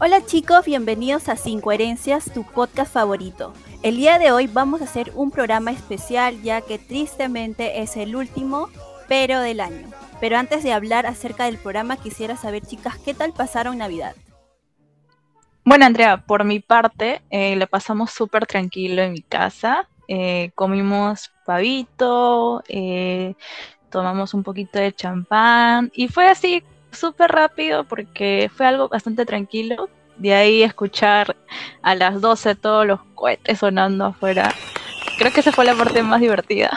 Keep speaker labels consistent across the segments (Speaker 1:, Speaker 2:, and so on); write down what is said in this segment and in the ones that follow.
Speaker 1: Hola chicos, bienvenidos a Sin Coherencias, tu podcast favorito. El día de hoy vamos a hacer un programa especial ya que tristemente es el último, pero del año. Pero antes de hablar acerca del programa, quisiera saber chicas, ¿qué tal pasaron Navidad?
Speaker 2: Bueno, Andrea, por mi parte, eh, la pasamos súper tranquilo en mi casa. Eh, comimos pavito, eh, tomamos un poquito de champán y fue así súper rápido porque fue algo bastante tranquilo. De ahí escuchar a las 12 todos los cohetes sonando afuera. Creo que esa fue la parte más divertida.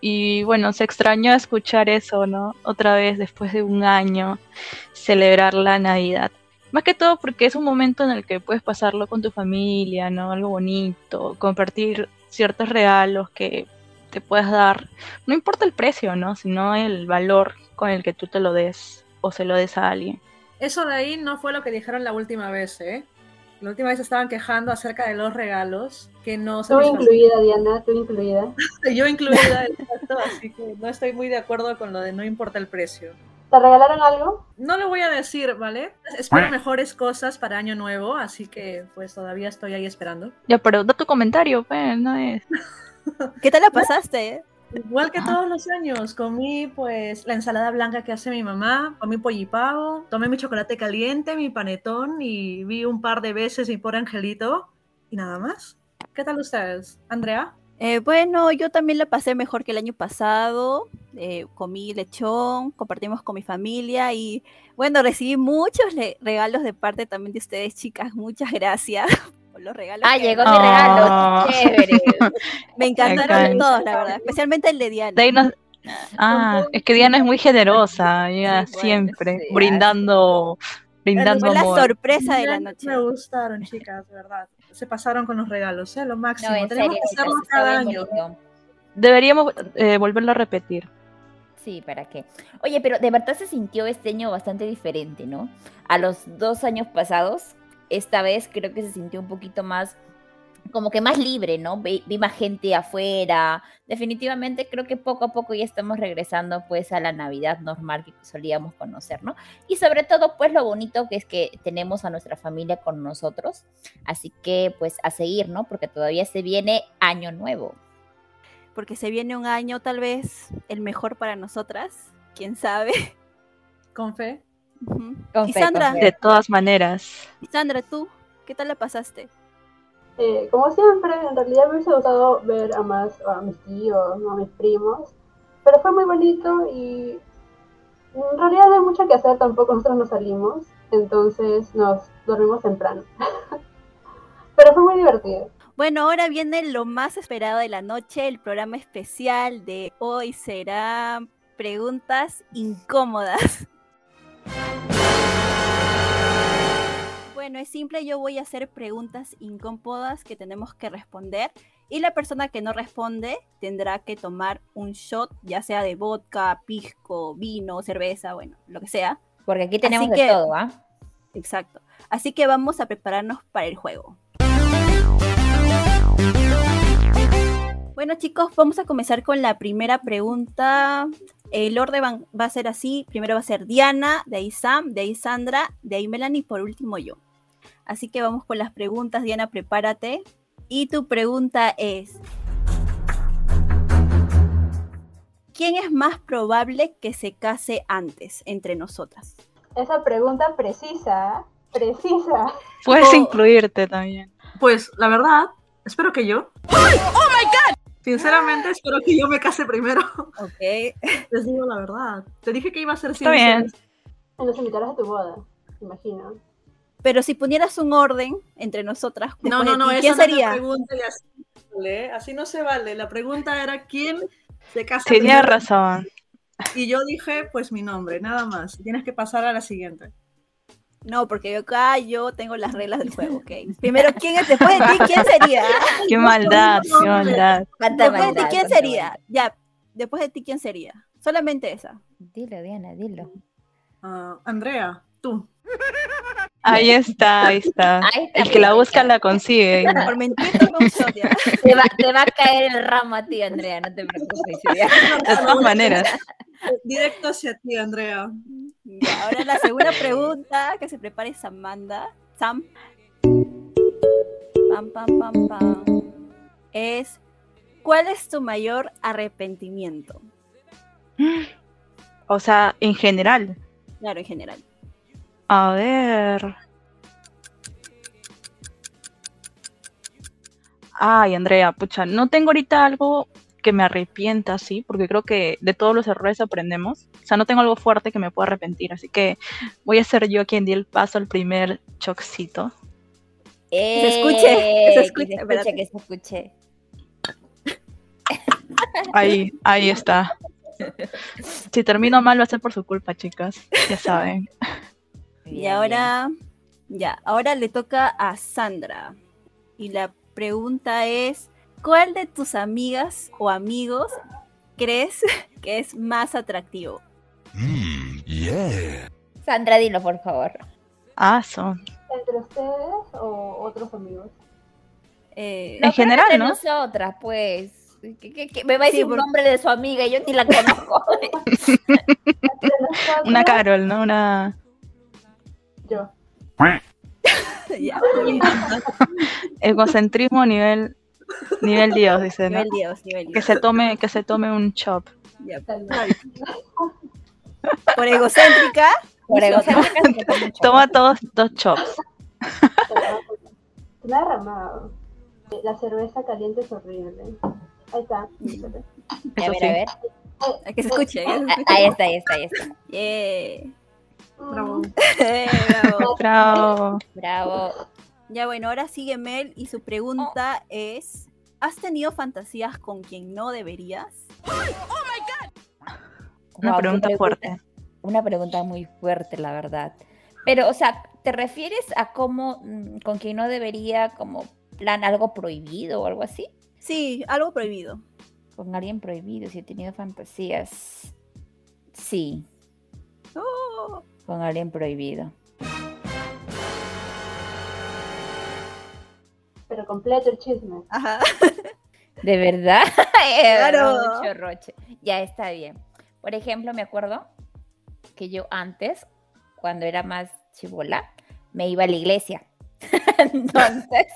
Speaker 2: Y bueno, se extrañó escuchar eso, ¿no? Otra vez después de un año, celebrar la Navidad. Más que todo porque es un momento en el que puedes pasarlo con tu familia, ¿no? Algo bonito, compartir ciertos regalos que te puedas dar. No importa el precio, ¿no? Sino el valor con el que tú te lo des o se lo des a alguien.
Speaker 3: Eso de ahí no fue lo que dijeron la última vez, ¿eh? La última vez estaban quejando acerca de los regalos que no se
Speaker 4: Tú incluida, Diana, tú incluida.
Speaker 3: Yo incluida, exacto, así que no estoy muy de acuerdo con lo de no importa el precio.
Speaker 4: ¿Te regalaron algo?
Speaker 3: No lo voy a decir, ¿vale? Espero mejores cosas para Año Nuevo, así que pues todavía estoy ahí esperando.
Speaker 2: Ya, pero da tu comentario, pues, no es.
Speaker 1: ¿Qué tal la pasaste?
Speaker 3: Igual
Speaker 2: Ah.
Speaker 3: que todos los años, comí pues la ensalada blanca que hace mi mamá, comí pollipavo, tomé mi chocolate caliente, mi panetón y vi un par de veces mi pobre angelito y nada más. ¿Qué tal ustedes? ¿Andrea?
Speaker 1: Eh, bueno, yo también la pasé mejor que el año pasado. Eh, comí lechón, compartimos con mi familia y bueno, recibí muchos regalos de parte también de ustedes, chicas. Muchas gracias por los regalos.
Speaker 5: Ah, llegó mi regalo, oh. chévere.
Speaker 1: Me encantaron okay. todos, la verdad, especialmente el de Diana.
Speaker 2: De no... Ah, es que Diana es muy generosa, ella sí, siempre bueno, sí, brindando, brindando
Speaker 1: amor. Fue la sorpresa de la noche.
Speaker 3: Me gustaron, chicas, verdad se pasaron con los regalos, ¿eh? lo máximo. No, Tenemos serio, que hacerlo cada año. Bonito.
Speaker 2: Deberíamos eh, volverlo a repetir.
Speaker 5: Sí, ¿para qué? Oye, pero de verdad se sintió este año bastante diferente, ¿no? A los dos años pasados, esta vez creo que se sintió un poquito más, como que más libre, ¿no? Vi, vi más gente afuera. Definitivamente creo que poco a poco ya estamos regresando pues a la Navidad normal que solíamos conocer, ¿no? Y sobre todo pues lo bonito que es que tenemos a nuestra familia con nosotros. Así que pues a seguir, ¿no? Porque todavía se viene año nuevo.
Speaker 1: Porque se viene un año tal vez el mejor para nosotras, quién sabe.
Speaker 3: Con fe.
Speaker 1: Uh -huh. con ¿Y fe, Sandra? Con
Speaker 2: fe. De todas maneras.
Speaker 1: ¿Y Sandra, tú? ¿Qué tal la pasaste?
Speaker 4: Eh, como siempre, en realidad me hubiese gustado ver a más a mis tíos, a mis primos, pero fue muy bonito y en realidad no hay mucho que hacer tampoco, nosotros nos salimos, entonces nos dormimos temprano. pero fue muy divertido.
Speaker 1: Bueno, ahora viene lo más esperado de la noche, el programa especial de hoy será preguntas incómodas. Bueno, es simple, yo voy a hacer preguntas incómodas que tenemos que responder y la persona que no responde tendrá que tomar un shot, ya sea de vodka, pisco, vino, cerveza, bueno, lo que sea.
Speaker 5: Porque aquí tenemos Así de que, todo, ¿ah?
Speaker 1: ¿eh? Exacto. Así que vamos a prepararnos para el juego. Bueno chicos, vamos a comenzar con la primera pregunta. El orden va a ser así. Primero va a ser Diana, de ahí Sam, de ahí Sandra, de ahí Melanie y por último yo. Así que vamos con las preguntas. Diana, prepárate. Y tu pregunta es, ¿quién es más probable que se case antes entre nosotras?
Speaker 4: Esa pregunta precisa, precisa.
Speaker 2: Puedes oh. incluirte también.
Speaker 3: Pues la verdad, espero que yo. ¡Ay! ¡Oh my god! Sinceramente, espero que yo me case primero.
Speaker 1: Ok.
Speaker 3: Les digo la verdad. Te dije que iba a ser
Speaker 2: Está bien.
Speaker 4: Nos invitarás a tu boda, imagino.
Speaker 1: Pero si ponieras un orden entre nosotras,
Speaker 3: no, no, no,
Speaker 1: ti,
Speaker 3: ¿quién sería? No pregunta y así, ¿vale? así no se vale. La pregunta era quién se casa.
Speaker 2: Tenía primero? razón.
Speaker 3: Y yo dije, pues mi nombre, nada más. Tienes que pasar a la siguiente.
Speaker 1: No, porque yo acá yo tengo las reglas del juego, ¿ok? Primero, ¿quién es después de ti? ¿Quién sería?
Speaker 2: qué maldad, qué maldad.
Speaker 1: Después maldad, de ti, ¿quién sería? Maldad. Ya, después de ti, ¿quién sería? Solamente esa.
Speaker 5: Dilo, Diana, dilo.
Speaker 3: Uh, Andrea, tú.
Speaker 2: Ahí está, ahí está. Ahí está
Speaker 5: pues,
Speaker 2: el que la busca la consigue.
Speaker 1: Por mentir, no,
Speaker 5: te, va, te va a caer el ramo a ti, Andrea, no te preocupes.
Speaker 2: De todas maneras.
Speaker 3: Directo hacia ti, Andrea.
Speaker 1: Y ahora la segunda pregunta que se prepare es Amanda. Sam. Pam, pam, pam, pam. Es, ¿cuál es tu mayor arrepentimiento?
Speaker 2: O sea, en general.
Speaker 1: Claro, en general.
Speaker 2: A ver. Ay, Andrea, pucha, no tengo ahorita algo que me arrepienta, así, porque creo que de todos los errores aprendemos. O sea, no tengo algo fuerte que me pueda arrepentir, así que voy a ser yo quien di el paso al primer choccito.
Speaker 1: Que se escuche, que se escuche,
Speaker 5: Eh, que se escuche,
Speaker 1: espérate.
Speaker 5: que se escuche.
Speaker 2: Ahí, ahí está. Si termino mal va a ser por su culpa, chicas. Ya saben.
Speaker 1: y
Speaker 5: Bien,
Speaker 1: ahora, ya, ahora le toca a Sandra. Y la pregunta es, ¿cuál de tus amigas o amigos crees que es más atractivo?
Speaker 6: Mm, yeah.
Speaker 5: bien. Sandra, dilo, por favor.
Speaker 2: Ah, son.
Speaker 4: ¿Entre ustedes o otros amigos?
Speaker 1: Eh,
Speaker 2: En general,
Speaker 5: pero
Speaker 2: ¿no?
Speaker 5: Nosotras, pues. ¿Qué- qué- qué? Me va a
Speaker 1: Sí,
Speaker 5: decir
Speaker 1: por-
Speaker 5: un nombre de su amiga y yo ni la conozco.
Speaker 4: ¿Entre nosotros?
Speaker 2: Una Carol, ¿no? Una.
Speaker 4: Yo.
Speaker 1: ya,
Speaker 2: Egocentrismo nivel. Nivel Dios, dice, ¿no?
Speaker 1: nivel Dios, nivel
Speaker 2: Que
Speaker 1: Dios.
Speaker 2: se tome, que se tome un chop.
Speaker 1: Ya.
Speaker 4: Tal vez.
Speaker 1: Por egocéntrica,
Speaker 5: Por
Speaker 1: Sí,
Speaker 5: egocéntrica se me fue mucho.
Speaker 2: Toma todos dos chops.
Speaker 4: Se me ha derramado. Eh, La cerveza caliente es horrible. Ahí está.
Speaker 5: A
Speaker 2: Eso
Speaker 5: ver,
Speaker 2: sí.
Speaker 5: a ver.
Speaker 1: que se escuche. que se escuche.
Speaker 5: Ah, Ahí está, ahí está, ahí está.
Speaker 1: Yeah.
Speaker 4: Bravo.
Speaker 1: Eh, bravo.
Speaker 2: Bravo.
Speaker 5: Bravo.
Speaker 1: Ya bueno, ahora sigue Mel y su pregunta es, ¿has tenido fantasías con quien no deberías?
Speaker 5: Guau,
Speaker 2: Una
Speaker 5: qué
Speaker 2: pregunta fuerte.
Speaker 5: Una pregunta muy fuerte, la verdad. Pero, o sea, ¿te refieres a cómo, mm, con quien no debería, como plan, algo prohibido o algo así?
Speaker 1: Sí, algo prohibido.
Speaker 5: Con alguien prohibido, si he tenido fantasías. Sí,
Speaker 1: Oh,
Speaker 5: con alguien prohibido.
Speaker 4: Pero completo el chisme.
Speaker 1: ajá.
Speaker 5: ¿De verdad? Eh,
Speaker 1: Claro.
Speaker 5: mucho roche. Ya está bien. Por ejemplo, me acuerdo que yo antes, cuando era más chibola, me iba a la iglesia. Entonces,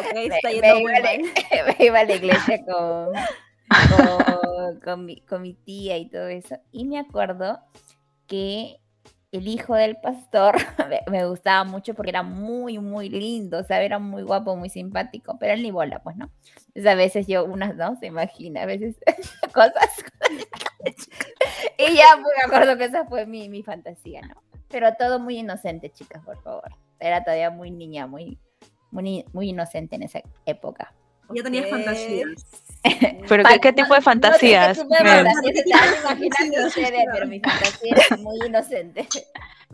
Speaker 1: Ok,
Speaker 5: me,
Speaker 1: está
Speaker 5: me
Speaker 1: yendo muy
Speaker 5: iba a la,
Speaker 1: mal.
Speaker 5: me iba a la iglesia con, con, con mi, con mi tía y todo eso. Y me acuerdo que el hijo del pastor me, me gustaba mucho porque era muy, muy lindo, o sea, era muy guapo, muy simpático, pero él ni bola, pues, ¿no? Entonces, a veces yo, unas no, se imagina, a veces cosas. y ya pues, me acuerdo que esa fue mi, mi fantasía, ¿no? Pero todo muy inocente, chicas, por favor. Era todavía muy niña, muy, muy, ni- muy inocente en esa época.
Speaker 3: Ya tenías
Speaker 1: Ok.
Speaker 3: fantasías.
Speaker 2: Pero ¿qué, qué tipo de fantasías?
Speaker 5: No sé qué tipo de
Speaker 2: Mel?
Speaker 5: fantasías estaban imaginando
Speaker 3: Fantasías,
Speaker 5: ustedes, pero mi fantasía era muy inocente.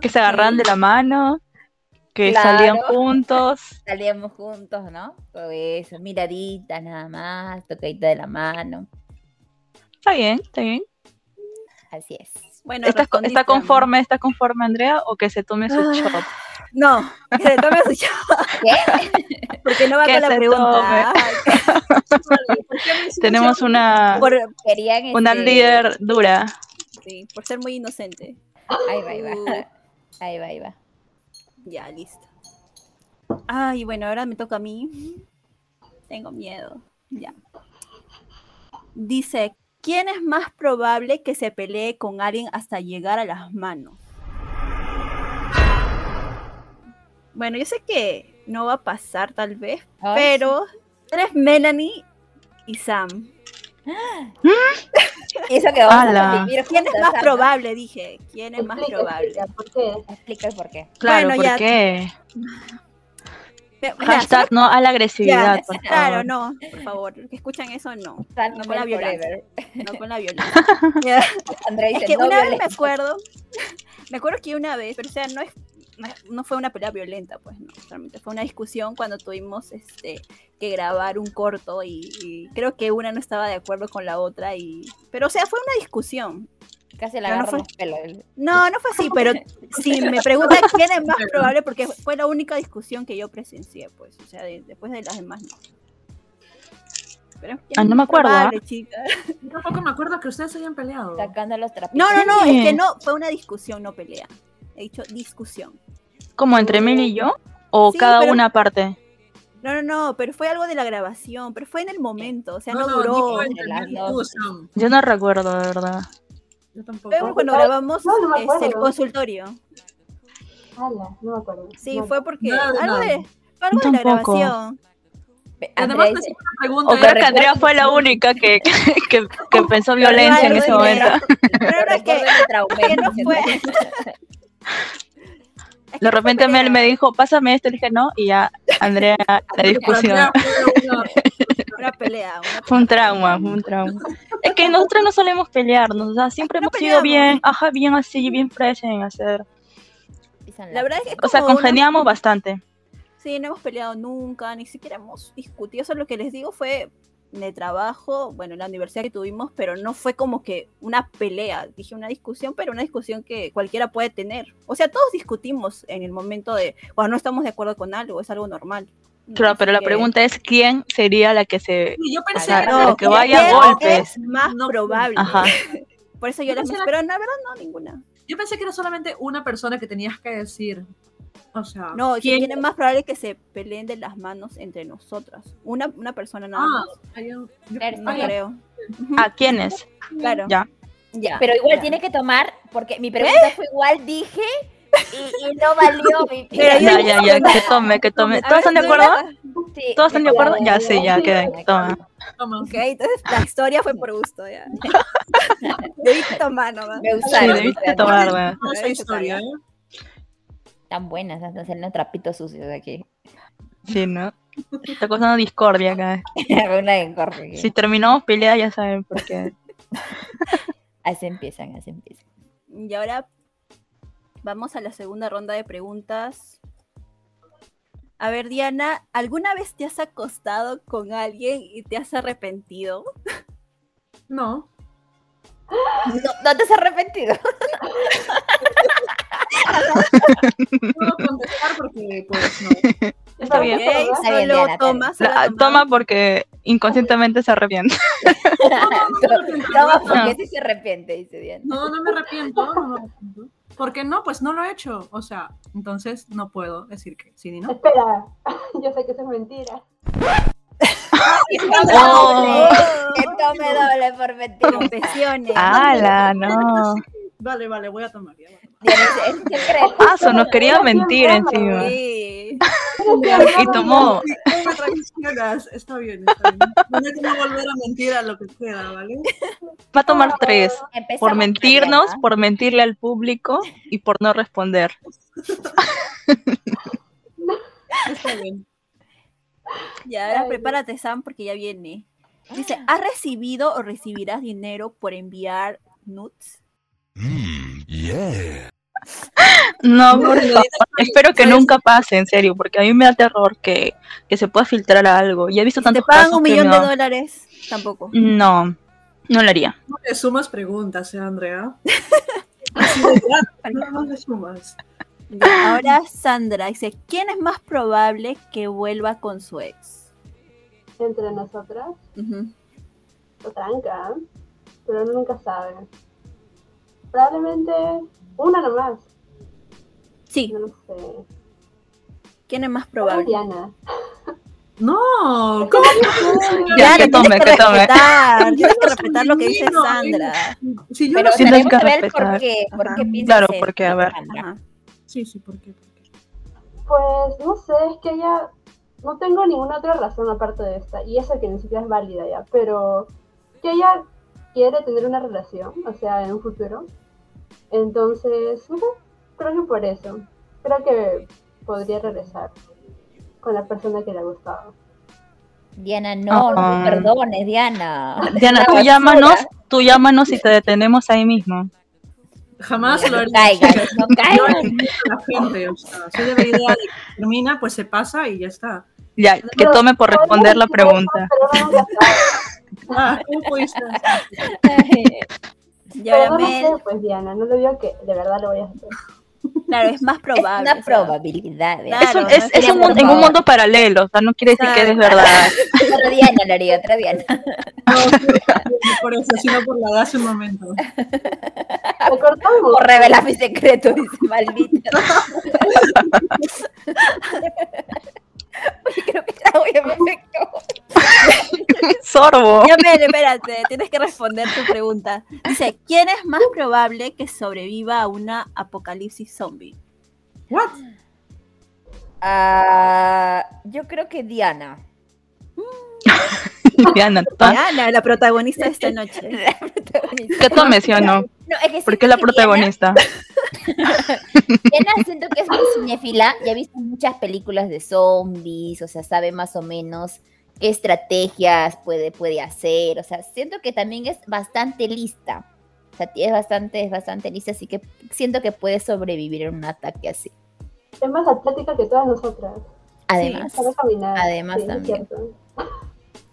Speaker 2: que se agarraran de la mano, que
Speaker 5: Claro.
Speaker 2: salían juntos.
Speaker 5: Salíamos juntos, ¿no? Todo eso, miraditas nada más, tocadita de la mano.
Speaker 2: Está bien, está bien.
Speaker 5: Así es.
Speaker 1: Bueno,
Speaker 2: ¿Estás, co-
Speaker 1: respondiste,
Speaker 2: ¿Está conforme, está conforme Andrea o que se tome su
Speaker 1: Ah,
Speaker 2: chop?
Speaker 1: amor. No, que se tome su chapa. Porque no va
Speaker 2: Que
Speaker 1: con la
Speaker 2: se
Speaker 1: pregunta.
Speaker 3: ¿Por qué me hiciste
Speaker 2: Tenemos una,
Speaker 1: Por,
Speaker 5: Querían
Speaker 2: una
Speaker 5: este,
Speaker 2: líder dura.
Speaker 1: sí, por ser muy inocente. Uh,
Speaker 5: Ahí va, ahí va. Ahí va, ahí va.
Speaker 1: Ya, listo. Ay, Ah, bueno, ahora me toca a mí. Tengo miedo. Ya. Dice, ¿quién es más probable que se pelee con alguien hasta llegar a las manos? Bueno, yo sé que no va a pasar tal vez,
Speaker 5: Ay,
Speaker 1: pero tres Melanie y Sam.
Speaker 5: sí. eso que vamos
Speaker 2: Ala.
Speaker 5: a convivir
Speaker 1: ¿Quién es
Speaker 5: juntas,
Speaker 1: más
Speaker 5: Sandra.
Speaker 1: probable? Dije, ¿quién es más
Speaker 4: Explica,
Speaker 1: probable?
Speaker 4: explica, ¿Por qué?
Speaker 5: Explica el por qué.
Speaker 2: Claro,
Speaker 1: Bueno,
Speaker 2: ¿por
Speaker 1: ya.
Speaker 2: qué?
Speaker 1: Mira, solo-
Speaker 2: Hashtag no a la agresividad,
Speaker 1: ya,
Speaker 2: por
Speaker 1: claro,
Speaker 2: favor.
Speaker 1: no, por favor, los que escuchan eso no,
Speaker 5: Sandra
Speaker 1: con la violencia.
Speaker 5: forever.
Speaker 1: no con la violencia. Ya.
Speaker 5: Sandra dice,
Speaker 1: Es que
Speaker 5: "No
Speaker 1: una vez me
Speaker 5: violencia".
Speaker 1: acuerdo, me acuerdo que una vez, pero o sea, no es no es- no fue una pelea violenta, pues no, realmente fue una discusión cuando tuvimos este que grabar un corto y, y creo que una no estaba de acuerdo con la otra y pero o sea, fue una discusión.
Speaker 5: Casi la
Speaker 1: Ya no
Speaker 5: agarro
Speaker 1: fue.
Speaker 5: los pelos.
Speaker 1: No, no fue así, pero si me preguntan quién es más probable porque fue la única discusión que yo presencié, pues, o sea, de- después de las demás no. Pero ¿quién es
Speaker 2: Ah, no me
Speaker 1: más
Speaker 2: acuerdo, ¿ah?
Speaker 1: probable, chica?
Speaker 3: Yo tampoco me acuerdo que ustedes se hayan peleado.
Speaker 5: Sacando los trapitos.
Speaker 1: No, no, no, es que
Speaker 2: Sí.
Speaker 1: no, fue una discusión, no pelea. He dicho discusión.
Speaker 2: Como entre Mel y yo, O
Speaker 1: Sí,
Speaker 2: cada
Speaker 1: pero-
Speaker 2: una aparte.
Speaker 1: No, no, no, pero fue algo de la grabación, pero fue en el momento, o sea, no,
Speaker 3: no,
Speaker 1: duró.
Speaker 3: Nico
Speaker 1: Fue
Speaker 3: entendió
Speaker 5: las
Speaker 3: todo,
Speaker 5: dos.
Speaker 3: Sam.
Speaker 2: Yo no recuerdo, de verdad.
Speaker 3: Yo tampoco.
Speaker 1: cuando
Speaker 4: No,
Speaker 1: grabamos
Speaker 4: no me
Speaker 1: este,
Speaker 4: acuerdo.
Speaker 1: el consultorio.
Speaker 4: Ala, no me acuerdo.
Speaker 1: Sí,
Speaker 4: No.
Speaker 1: fue porque
Speaker 3: No, no.
Speaker 1: algo de, fue algo
Speaker 2: Yo
Speaker 1: de la
Speaker 2: tampoco.
Speaker 1: grabación.
Speaker 5: Ve, Andrea
Speaker 3: Además, te
Speaker 5: dice,
Speaker 3: hice una
Speaker 2: O
Speaker 3: pregunta.
Speaker 2: creo que
Speaker 5: recuerdo-
Speaker 2: Andrea fue la única que, que, que pensó violencia en
Speaker 1: algo
Speaker 2: ese
Speaker 1: de
Speaker 2: momento.
Speaker 1: negro. Pero no es que,
Speaker 5: recuerdo que traumé,
Speaker 1: que no
Speaker 5: dice,
Speaker 1: fue.
Speaker 2: De repente Mel me dijo, pásame esto, le dije no, y ya Andrea la discusión.
Speaker 3: Andrea fue la única.
Speaker 1: Una pelea, una
Speaker 2: Fue un trauma, fue un trauma. Es que nosotros no solemos pelearnos, o sea, siempre
Speaker 1: No
Speaker 2: hemos sido
Speaker 1: peleamos.
Speaker 2: bien, ajá, bien así, bien fresh en hacer.
Speaker 5: Pisan
Speaker 1: La verdad es que es
Speaker 2: O sea,
Speaker 1: como una-
Speaker 2: congeniamos bastante.
Speaker 1: Sí, no hemos peleado nunca, ni siquiera hemos discutido. Eso lo que les digo fue de trabajo, bueno, en la universidad que tuvimos, pero no fue como que una pelea. Dije una discusión, pero una discusión que cualquiera puede tener. O sea, todos discutimos en el momento de cuando no estamos de acuerdo con algo, es algo normal.
Speaker 2: Claro,
Speaker 1: Así
Speaker 2: pero la
Speaker 1: que-
Speaker 2: pregunta es quién sería la que se...
Speaker 3: Sí, yo pensé
Speaker 2: Ajá,
Speaker 3: que
Speaker 2: no,
Speaker 3: era-
Speaker 2: que vaya
Speaker 1: ¿quién
Speaker 2: golpes.
Speaker 1: Es más
Speaker 3: No,
Speaker 1: probable.
Speaker 2: Ajá.
Speaker 1: Por eso yo
Speaker 3: Yo
Speaker 1: las
Speaker 3: pensé-
Speaker 1: pero la verdad no, ninguna.
Speaker 3: Yo pensé que era solamente una persona que tenías que decir. O sea,
Speaker 1: No, que
Speaker 3: ¿quién?
Speaker 1: tiene más probable que se peleen de las manos entre nosotras. Una, una persona nada
Speaker 3: Ah,
Speaker 1: más.
Speaker 3: yo-
Speaker 5: Claro, está
Speaker 1: No
Speaker 5: bien. Mm.
Speaker 1: creo. Ujú,
Speaker 2: ¿A quiénes?
Speaker 1: claro.
Speaker 2: Ya.
Speaker 1: Ya,
Speaker 5: Pero igual
Speaker 1: ya.
Speaker 5: tiene que tomar, porque mi pregunta fue igual dije y, y no valió mi
Speaker 1: Pero
Speaker 2: Ya,
Speaker 1: yo-
Speaker 2: ya, ya, que tome, que tome. ¿Todos
Speaker 1: Ah,
Speaker 2: están de acuerdo?
Speaker 5: Sí,
Speaker 2: ¿Todos están de acuerdo?
Speaker 5: claro,
Speaker 2: Ya, sí, ya, que toma.
Speaker 3: toma.
Speaker 1: Ok, entonces la historia fue por gusto, ya. Debí tomar nomás.
Speaker 5: Me
Speaker 2: Sí,
Speaker 5: usaron.
Speaker 2: debiste tomar, weón.
Speaker 3: No esa historia, ¿eh?
Speaker 5: Tan buenas, hasta haciendo trapitos sucios aquí.
Speaker 2: Sí, ¿no? Está causando discordia acá.
Speaker 5: Una de corte. que
Speaker 2: Si terminamos pelea ya saben por qué.
Speaker 5: Así empiezan, así empiezan.
Speaker 1: Y ahora vamos a la segunda ronda de preguntas. A ver, Diana, ¿alguna vez te has acostado con alguien y te has arrepentido?
Speaker 3: No.
Speaker 5: No, no te has arrepentido.
Speaker 3: No puedo contestar porque, pues, no.
Speaker 2: Está bien.
Speaker 1: Ok,
Speaker 4: bien,
Speaker 1: solo
Speaker 5: Diana, está
Speaker 1: toma, solo
Speaker 2: La-
Speaker 1: toma.
Speaker 2: toma porque inconscientemente se arrepiente.
Speaker 5: Toma, porque sí se arrepiente, dice Diana.
Speaker 3: No, no me arrepiento. No me arrepiento. ¿Por qué no? Pues no lo he hecho. O sea, entonces no puedo decir que sí ni no.
Speaker 4: Espera, yo sé que eso es mentira.
Speaker 5: Toma
Speaker 2: No.
Speaker 5: doble, Que tome doble por
Speaker 2: Oh.
Speaker 5: mentir.
Speaker 1: Confesiones.
Speaker 2: ¡Hala! No.
Speaker 3: Vale, vale, voy a tomar. ya, voy a tomar.
Speaker 5: Diana dice, es un secreto.
Speaker 2: Paso, nos Ah, quería mentir encima.
Speaker 1: Sí.
Speaker 2: Y tomó.
Speaker 3: Sí, no me traicionas. Está bien, está bien. No hay que no volver a mentir a lo que queda, ¿vale?
Speaker 2: Va a tomar tres.
Speaker 5: Empezamos
Speaker 2: Por
Speaker 5: con
Speaker 2: mentirnos,
Speaker 5: Diana.
Speaker 2: por mentirle al público y por no responder.
Speaker 3: Está bien.
Speaker 1: Y ahora
Speaker 4: Ay,
Speaker 1: prepárate, Sam, porque ya viene. Dice, ¿has recibido o recibirás dinero por enviar nudes?
Speaker 6: Mmm, yeah.
Speaker 2: No, por favor. Espero que nunca pase, en serio, porque a mí me da terror que, que se pueda filtrar algo. Y he visto
Speaker 1: Si te
Speaker 2: tantos
Speaker 1: pagan
Speaker 2: casos
Speaker 1: un
Speaker 2: que
Speaker 1: millón
Speaker 2: no.
Speaker 1: de dólares, tampoco.
Speaker 2: No, no lo haría.
Speaker 3: No le sumas preguntas, ¿eh, Andrea? Así de claro, no, no le sumas.
Speaker 1: Ya, ahora Sandra dice, ¿quién es más probable que vuelva con su ex?
Speaker 4: Entre nosotras,
Speaker 1: Ujú.
Speaker 4: o tranca, ¿eh? pero uno nunca sabe. Probablemente una nomás,
Speaker 1: Sí,
Speaker 4: no lo sé.
Speaker 1: ¿quién es más
Speaker 4: Probable.
Speaker 1: probable?
Speaker 4: Diana.
Speaker 3: No, ¿cómo?
Speaker 2: Ya, que tome,
Speaker 1: tienes
Speaker 2: que tome.
Speaker 1: respetar,
Speaker 3: Yo
Speaker 1: tienes que
Speaker 3: no soy
Speaker 1: respetar lo que dice
Speaker 3: divino,
Speaker 1: Sandra.
Speaker 3: Si yo
Speaker 5: Pero
Speaker 3: no
Speaker 2: Tienes
Speaker 3: sé.
Speaker 5: tenemos
Speaker 2: que
Speaker 5: que ver
Speaker 2: respetar.
Speaker 5: por qué, por qué
Speaker 3: Ajá.
Speaker 5: piensas
Speaker 2: Claro,
Speaker 5: eso,
Speaker 2: porque, a ver.
Speaker 5: Sandra.
Speaker 1: Ajá.
Speaker 3: Sí, sí, ¿por qué? ¿Por qué?
Speaker 4: Pues no sé, es que ya no tengo ninguna otra razón aparte de esta, y eso que ni siquiera es válida ya, pero que ella quiere tener una relación, o sea, en un futuro. Entonces, no sé, creo que por eso, creo que podría regresar con la persona que le ha gustado.
Speaker 5: Diana, no, no
Speaker 2: Ah.
Speaker 5: me perdones, Diana.
Speaker 2: Diana,
Speaker 5: Una
Speaker 2: tú
Speaker 5: basura.
Speaker 2: llámanos, tú llámanos y te detenemos ahí mismo.
Speaker 3: Jamás
Speaker 5: Ya,
Speaker 3: lo
Speaker 5: no
Speaker 3: haría.
Speaker 5: caigas, no
Speaker 3: Yo
Speaker 5: caigas.
Speaker 3: respeto a la gente, o sea, soy de la idea de que termina, pues se pasa y ya está.
Speaker 2: Ya, que
Speaker 4: Pero-
Speaker 2: tome por responder la
Speaker 4: Podría regresar,
Speaker 2: pregunta.
Speaker 4: Pero uno nunca sabe.
Speaker 3: Ah, ¿cómo pudiste hacer?
Speaker 1: Y
Speaker 4: Pero
Speaker 1: ahora
Speaker 4: no lo
Speaker 1: Mel,
Speaker 4: sé, pues Diana, no le digo que de verdad lo voy a hacer.
Speaker 1: claro, es más
Speaker 5: Es
Speaker 1: probable.
Speaker 5: una
Speaker 1: o sea.
Speaker 5: probabilidad. ¿eh?
Speaker 1: Claro,
Speaker 2: es un,
Speaker 1: no
Speaker 2: es,
Speaker 1: sería
Speaker 2: es un
Speaker 1: por
Speaker 2: mundo- en un
Speaker 5: favor.
Speaker 2: mundo paralelo, o sea, no quiere decir que es
Speaker 1: Exacto.
Speaker 2: verdad.
Speaker 5: Otra Diana lo haría, otra Diana.
Speaker 3: No, por eso, sino por la edad hace un momento.
Speaker 4: Lo cortamos.
Speaker 5: Por revelar mi secreto, dice maldita. Oye, creo que ya voy a perfecto.
Speaker 2: Sorbo.
Speaker 1: Ya, espérate, espérate, tienes que responder tu pregunta. Dice, ¿quién es más probable que sobreviva a una apocalipsis zombie?
Speaker 3: ¿What?
Speaker 5: Ah, yo creo que Diana.
Speaker 2: Diana, ¿ta-
Speaker 1: Diana, la protagonista de esta noche.
Speaker 5: La protagonista.
Speaker 2: ¿qué tomes, sí o no?
Speaker 5: No, es
Speaker 2: Porque
Speaker 5: que siento
Speaker 2: es la
Speaker 5: que Diana-
Speaker 2: protagonista.
Speaker 5: Diana siento que es muy cinéfila y ha visto muchas películas de zombies, o sea, sabe más o menos qué estrategias puede, puede hacer, o sea, siento que también es bastante lista. O sea, es bastante, es bastante lista, así que siento que puede sobrevivir en un ataque así.
Speaker 4: Es más atlética que todas nosotras.
Speaker 5: Además,
Speaker 4: Sabe caminar.
Speaker 5: Además
Speaker 4: es
Speaker 5: también.
Speaker 4: cierto.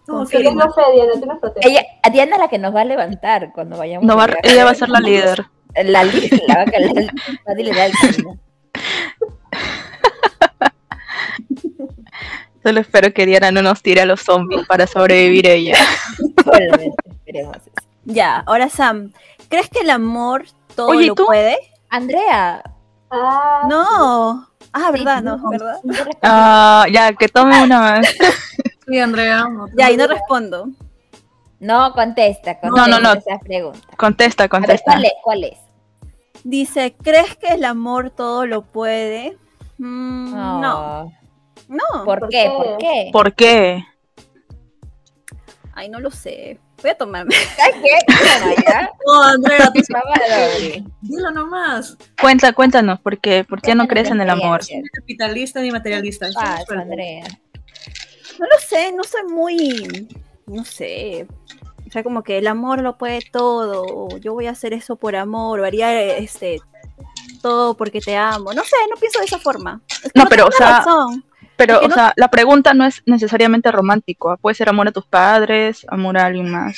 Speaker 3: No,
Speaker 4: Pero
Speaker 3: qué
Speaker 4: no
Speaker 3: lindo.
Speaker 4: fe, Diana, tú nos proteges.
Speaker 5: ella, a Diana es la que nos va a levantar cuando vayamos.
Speaker 2: No va,
Speaker 5: viajar.
Speaker 2: ella va a ser la líder.
Speaker 5: La li- la va a calar- va a liderar el camino.
Speaker 2: Solo espero que Diana no nos tire a los zombies para sobrevivir ella.
Speaker 5: Solamente esperemos eso.
Speaker 1: Ya, ahora Sam, ¿crees que el amor todo
Speaker 2: Oye, ¿y
Speaker 1: lo
Speaker 2: tú?
Speaker 1: puede?
Speaker 5: Andrea.
Speaker 4: Ah,
Speaker 1: No. Ah,
Speaker 5: sí,
Speaker 1: verdad, no,
Speaker 5: no,
Speaker 1: verdad.
Speaker 5: sí, yo
Speaker 2: Ah, ya, que tome una más.
Speaker 3: Sí, Andrea.
Speaker 1: Ya, y no respondo.
Speaker 5: No, contesta,
Speaker 2: No, no, no.
Speaker 5: contesta esa pregunta.
Speaker 2: Contesta,
Speaker 5: A ver,
Speaker 2: contesta.
Speaker 5: ¿cuál es? ¿Cuál es?
Speaker 1: Dice, ¿crees que el amor todo lo puede? Mm, no,
Speaker 2: Ah.
Speaker 5: Oh,
Speaker 1: no.
Speaker 5: ¿Por,
Speaker 4: ¿por
Speaker 5: qué?
Speaker 4: qué?
Speaker 5: Pues, ¿Por qué?
Speaker 2: ¿Por qué?
Speaker 1: Ay, no lo sé. Voy a tomarme.
Speaker 5: ¿Ay, qué? Ay, ya,
Speaker 3: No, Andrea, tú-
Speaker 5: mamada, güey.
Speaker 3: dilo nomás.
Speaker 2: Cuenta, cuéntanos, ¿por qué? ¿Por qué no crees en el amor?
Speaker 5: Experiencia.
Speaker 3: Capitalista ni materialista. eso no es
Speaker 5: Pasa,
Speaker 3: verdad.
Speaker 5: Andrea.
Speaker 1: No lo sé, no soy muy, no sé. O sea, como que el amor lo puede todo. o Yo voy a hacer eso por amor. o haría este todo porque te amo. No sé, no pienso de esa forma. Es que
Speaker 2: No, pero,
Speaker 1: tengo
Speaker 2: o sea,
Speaker 1: razón.
Speaker 2: Pero,
Speaker 1: Es que
Speaker 2: o
Speaker 1: no-
Speaker 2: sea, la pregunta no es necesariamente romántico. ¿ah? Puede ser amor a tus padres, amor a alguien más,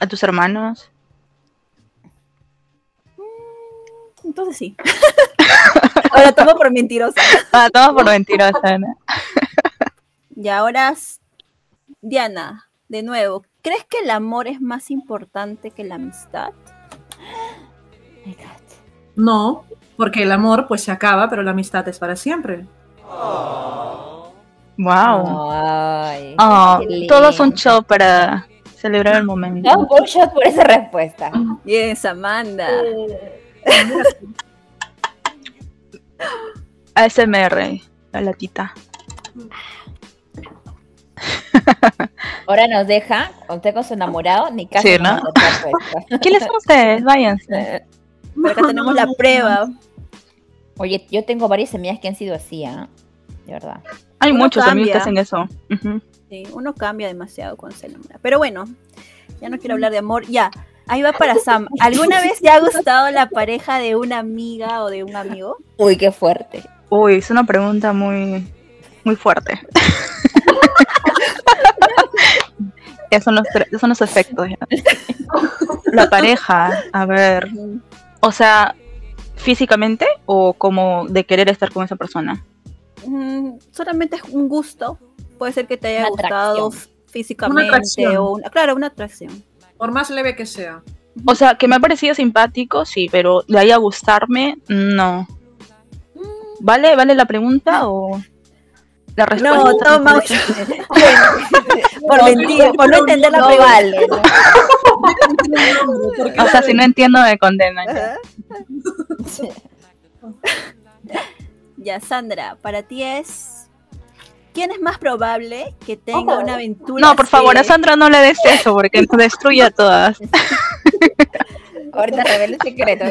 Speaker 2: a tus hermanos.
Speaker 1: Entonces sí. Ahora tomo por mentirosa.
Speaker 2: Ah, todo por mentirosa. ¿no?
Speaker 1: Y ahora, s- Diana, de nuevo, ¿crees que el amor es más importante que la amistad?
Speaker 5: Ay, God.
Speaker 3: No, porque el amor pues se acaba, pero la amistad es para siempre.
Speaker 2: Wow.
Speaker 5: Ay,
Speaker 2: Ah,
Speaker 5: qué lindo.
Speaker 2: todo es un show para celebrar el momento.
Speaker 5: No, bullshot por esa respuesta.
Speaker 1: Yes, Amanda.
Speaker 4: eh,
Speaker 2: ASMR, la latita.
Speaker 5: Ahora nos deja, usted con su enamorado, ni
Speaker 2: Sí,
Speaker 5: casi
Speaker 2: ¿no? ¿Quiénes son ustedes? Váyanse.
Speaker 1: Pero acá tenemos la prueba.
Speaker 5: Oye, yo tengo varias amigas que han sido así, ¿ah? De verdad.
Speaker 2: Hay
Speaker 1: Uno
Speaker 2: muchos amigos que hacen
Speaker 1: cambia.
Speaker 2: eso. Ujú.
Speaker 1: Sí, uno cambia demasiado cuando se enamora. Pero bueno, ya no quiero hablar de amor. Ya, ahí va para Sam. ¿Alguna vez te ha gustado la pareja de una amiga o de un amigo?
Speaker 5: Uy, qué fuerte.
Speaker 2: Uy, es una pregunta muy, muy fuerte. ya son los, tre- ya son los efectos. ya. La pareja, a ver. O sea, físicamente o como de querer estar con esa persona.
Speaker 1: Mm, solamente es un gusto. Puede ser que te haya
Speaker 5: Una
Speaker 1: gustado físicamente.
Speaker 3: Una atracción.
Speaker 1: o una- claro, una atracción.
Speaker 3: Por más leve que sea.
Speaker 2: O sea, que me ha parecido simpático, sí, pero de ahí a gustarme, no. ¿Vale? ¿Vale la pregunta o la respuesta?
Speaker 1: No, toma. por, mentir, por no entender la
Speaker 5: No
Speaker 1: pregunta.
Speaker 5: vale, ¿no?
Speaker 2: O sea, si no entiendo, me condenan.
Speaker 1: Ya, Sandra, para ti es. ¿Quién es más probable que tenga
Speaker 4: Ojo.
Speaker 1: una aventura?
Speaker 2: No, por favor, a
Speaker 1: seria-
Speaker 2: Sandra no le des eso porque nos destruye a todas.
Speaker 5: Ahorita revela el secreto.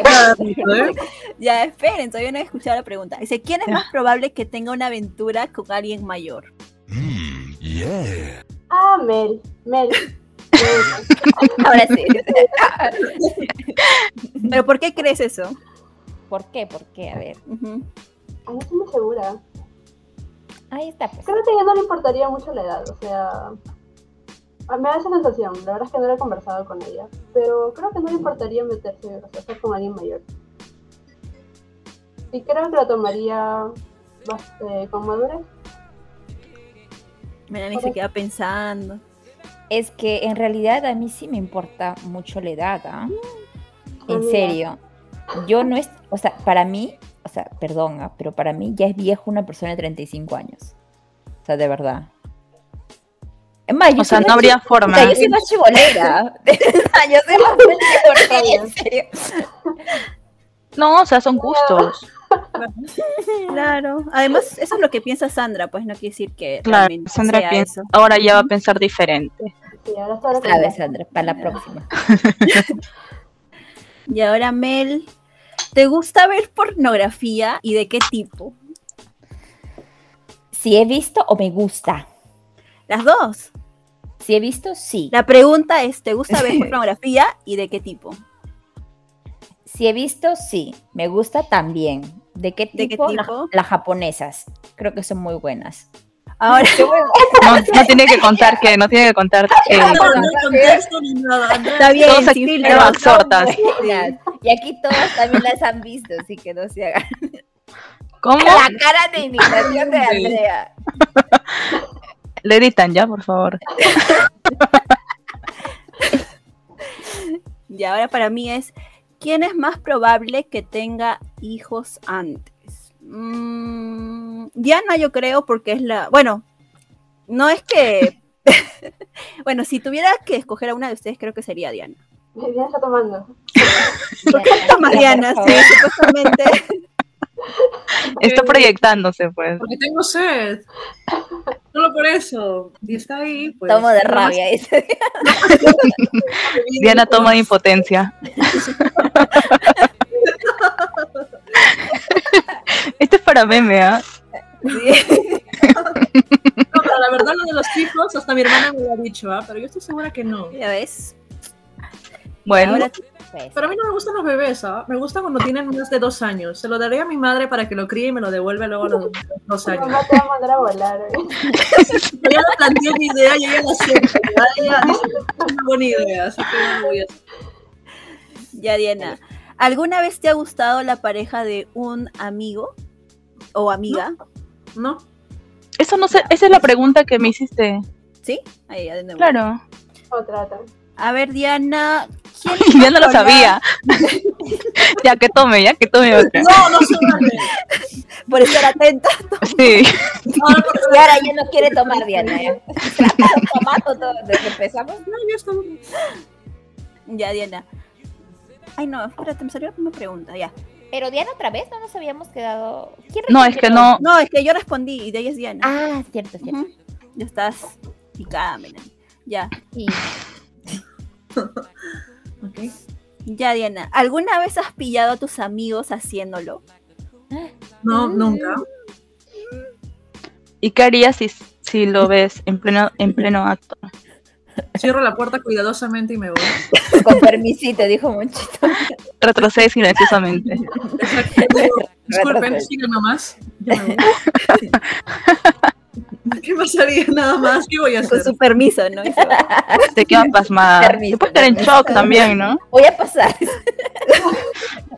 Speaker 1: Ya, esperen, todavía no he escuchado la pregunta. Dice: ¿Quién es
Speaker 2: Ya.
Speaker 1: más probable que tenga una aventura con alguien mayor?
Speaker 6: Mmm, yeah.
Speaker 4: ah, Mel. Mel. Eh, Mel.
Speaker 5: Ahora sí.
Speaker 1: ¿Pero por qué crees eso?
Speaker 5: ¿Por qué? ¿Por qué? A ver.
Speaker 1: Ujú.
Speaker 4: Ay, no estoy muy segura.
Speaker 5: Ahí está. Pues.
Speaker 4: Creo que ya no le importaría mucho la edad, o sea. a- Me da esa sensación, la verdad es que no lo he conversado con ella. Pero creo que no le importaría meterse, o sea, estar con alguien mayor. Y creo que lo tomaría más, eh, con madurez.
Speaker 1: Melanie se queda pensando.
Speaker 5: es que en realidad a mí sí me importa mucho la edad, ¿ah?
Speaker 2: Mm,
Speaker 5: En
Speaker 4: Mira.
Speaker 5: serio. Yo no es, o sea, para mí, o sea, perdón, ah, pero para mí ya es viejo una persona de 35 años. O sea, de verdad. Es más, yo
Speaker 2: O sea,
Speaker 5: soy
Speaker 2: no
Speaker 5: más
Speaker 2: habría
Speaker 5: chi-
Speaker 2: forma.
Speaker 5: puta, Yo soy más chibolera. O sea, yo soy más chibolera, en serio.
Speaker 2: No, o sea, son gustos.
Speaker 1: Claro. Además, eso es lo que piensa Sandra, pues no quiere decir que
Speaker 2: Claro,
Speaker 1: realmente
Speaker 2: Sandra
Speaker 1: sea
Speaker 2: piensa,
Speaker 1: eso.
Speaker 2: ahora ya va a pensar diferente.
Speaker 4: Sí, ahora está ahora
Speaker 5: Sabes, Sandra, para la próxima.
Speaker 1: Y ahora, Mel, ¿te gusta ver pornografía y de qué tipo?
Speaker 5: Si he visto o me gusta.
Speaker 1: Las dos.
Speaker 5: Si he visto, sí.
Speaker 1: La pregunta es, ¿te gusta ver pornografía y de qué tipo?
Speaker 5: Si he visto, sí. Me gusta también. ¿De qué tipo?
Speaker 1: ¿De qué
Speaker 5: La-
Speaker 1: tipo?
Speaker 5: las japonesas. Creo que son muy buenas.
Speaker 1: Ahora,
Speaker 2: No, no tiene que contar que, no tiene que contar. eh,
Speaker 3: No, no,
Speaker 5: no,
Speaker 3: no contesto ni nada. no.
Speaker 1: está bien,
Speaker 2: todos
Speaker 1: sin
Speaker 2: aquí
Speaker 1: filtro.
Speaker 2: las sortas.
Speaker 5: Buenas. Y aquí todos también las han visto, así que no se hagan.
Speaker 2: ¿Cómo?
Speaker 5: La cara de imitación de Andrea.
Speaker 2: Le editan ya, por favor.
Speaker 1: Y ahora para mí es, ¿quién es más probable que tenga hijos antes? Mm, Diana, yo creo, porque es la... Bueno, no es que... bueno, si tuviera que escoger a una de ustedes, creo que sería Diana.
Speaker 4: Bien, está tomando.
Speaker 1: ¿Por qué tomas Diana? Sí, supuestamente.
Speaker 2: Está proyectándose, pues.
Speaker 3: Porque tengo sed. Solo por eso. Y está ahí, pues.
Speaker 5: Tomo de rabia. dice.
Speaker 2: Diana toma de impotencia. Esto es para meme, ¿ah?
Speaker 3: No, pero la verdad, lo de los hijos, hasta mi hermana me lo ha dicho, ¿ah? pero yo estoy segura que no.
Speaker 1: Ya ves.
Speaker 2: Bueno,
Speaker 1: Ahora,
Speaker 5: Pues,
Speaker 3: Pero a mí no me gustan los bebés, ¿ah? me gustan cuando tienen más de dos años. Se lo daré a mi madre para que lo críe y me lo devuelve luego a los dos
Speaker 4: Tu
Speaker 3: años.
Speaker 4: mamá te va a mandar a volar. ¿eh?
Speaker 3: Yo ya le planteé mi idea, yo ya la sé. Ya ella dice que es una buena idea, así que no lo voy a hacer.
Speaker 1: ya Diana. ¿Alguna vez te ha gustado la pareja de un amigo o amiga?
Speaker 3: ¿No?
Speaker 2: eso no sé, esa es la pregunta que me hiciste.
Speaker 1: Ahí, ya de nuevo.
Speaker 2: Claro.
Speaker 4: O trata.
Speaker 1: A ver, Diana, ¿quién
Speaker 2: Y ya no lo sabía. ya que tome, ya que tome otra.
Speaker 3: No, no se vale.
Speaker 1: por estar atenta?
Speaker 2: Sí.
Speaker 3: Ahora por
Speaker 5: Y ahora ya no quiere tomar Diana. ¿eh? ya. Tomando todo desde que empezamos.
Speaker 3: no, ya está bien.
Speaker 1: Ya, Diana. Ay, no, espérate, me salió una pregunta, ya.
Speaker 5: Pero Diana otra vez no nos habíamos quedado. ¿Quién
Speaker 2: No, es que
Speaker 5: respondió?
Speaker 2: no.
Speaker 1: No, es que yo respondí y de ella es Diana.
Speaker 5: Ah, cierto, cierto.
Speaker 1: Ujú. Ya estás picada, Melanie. Ya,
Speaker 5: Sí.
Speaker 3: Ok.
Speaker 1: ya, Diana. ¿Alguna vez has pillado a tus amigos haciéndolo?
Speaker 3: No,
Speaker 1: Mm.
Speaker 3: nunca.
Speaker 2: ¿Y qué harías si, si lo ves en pleno, en pleno acto?
Speaker 3: Cierro la puerta cuidadosamente y me voy.
Speaker 5: Con permisito, dijo Monchito.
Speaker 2: Retrocede silenciosamente.
Speaker 3: Disculpen, sigan nomás. Yo me voy. ¿Qué pasaría nada más? ¿Qué voy a hacer?
Speaker 1: Con su permiso, ¿no? Y se va.
Speaker 2: Te quedan pasmada.
Speaker 5: Permiso,
Speaker 2: Te puedes quedar en
Speaker 5: permiso.
Speaker 2: shock también, ¿no?
Speaker 5: Voy a pasar.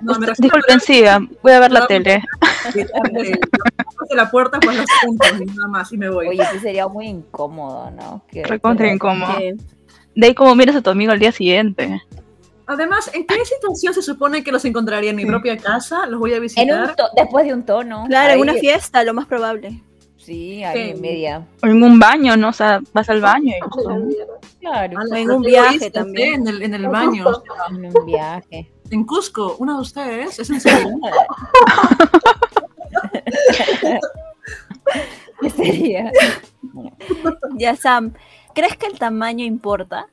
Speaker 3: No, me refiero
Speaker 2: Disculpen, sigan. Voy a ver la tele.
Speaker 3: a que de la puerta con los puntos y nada más y me voy.
Speaker 5: Oye, eso sería muy incómodo, ¿no? Que-
Speaker 2: Recontra
Speaker 5: que-
Speaker 2: incómodo.
Speaker 1: Eh,
Speaker 2: De ahí como miras a tu amigo al día siguiente.
Speaker 3: Además, ¿en qué situación se supone que los encontraría? ¿En mi
Speaker 2: Sí.
Speaker 3: propia casa? ¿Los voy a
Speaker 5: En un
Speaker 3: visitar?
Speaker 5: to- después de un tono.
Speaker 1: Claro, en una
Speaker 5: Ahí-
Speaker 1: fiesta, lo más probable.
Speaker 5: Sí, ahí en
Speaker 3: Sí.
Speaker 5: media.
Speaker 2: O en un baño, ¿no? O sea, vas al baño.
Speaker 4: A la mierda.
Speaker 5: Claro,
Speaker 3: A la-
Speaker 1: en un
Speaker 3: qué
Speaker 1: viaje
Speaker 3: egoístas,
Speaker 1: también.
Speaker 3: ¿eh? En el, en el baño.
Speaker 1: Ah.
Speaker 5: en un viaje.
Speaker 3: En Cusco, uno de ustedes, es en serio.
Speaker 5: ¿Qué sería?
Speaker 1: Ya, Sam. ¿Crees que el tamaño importa?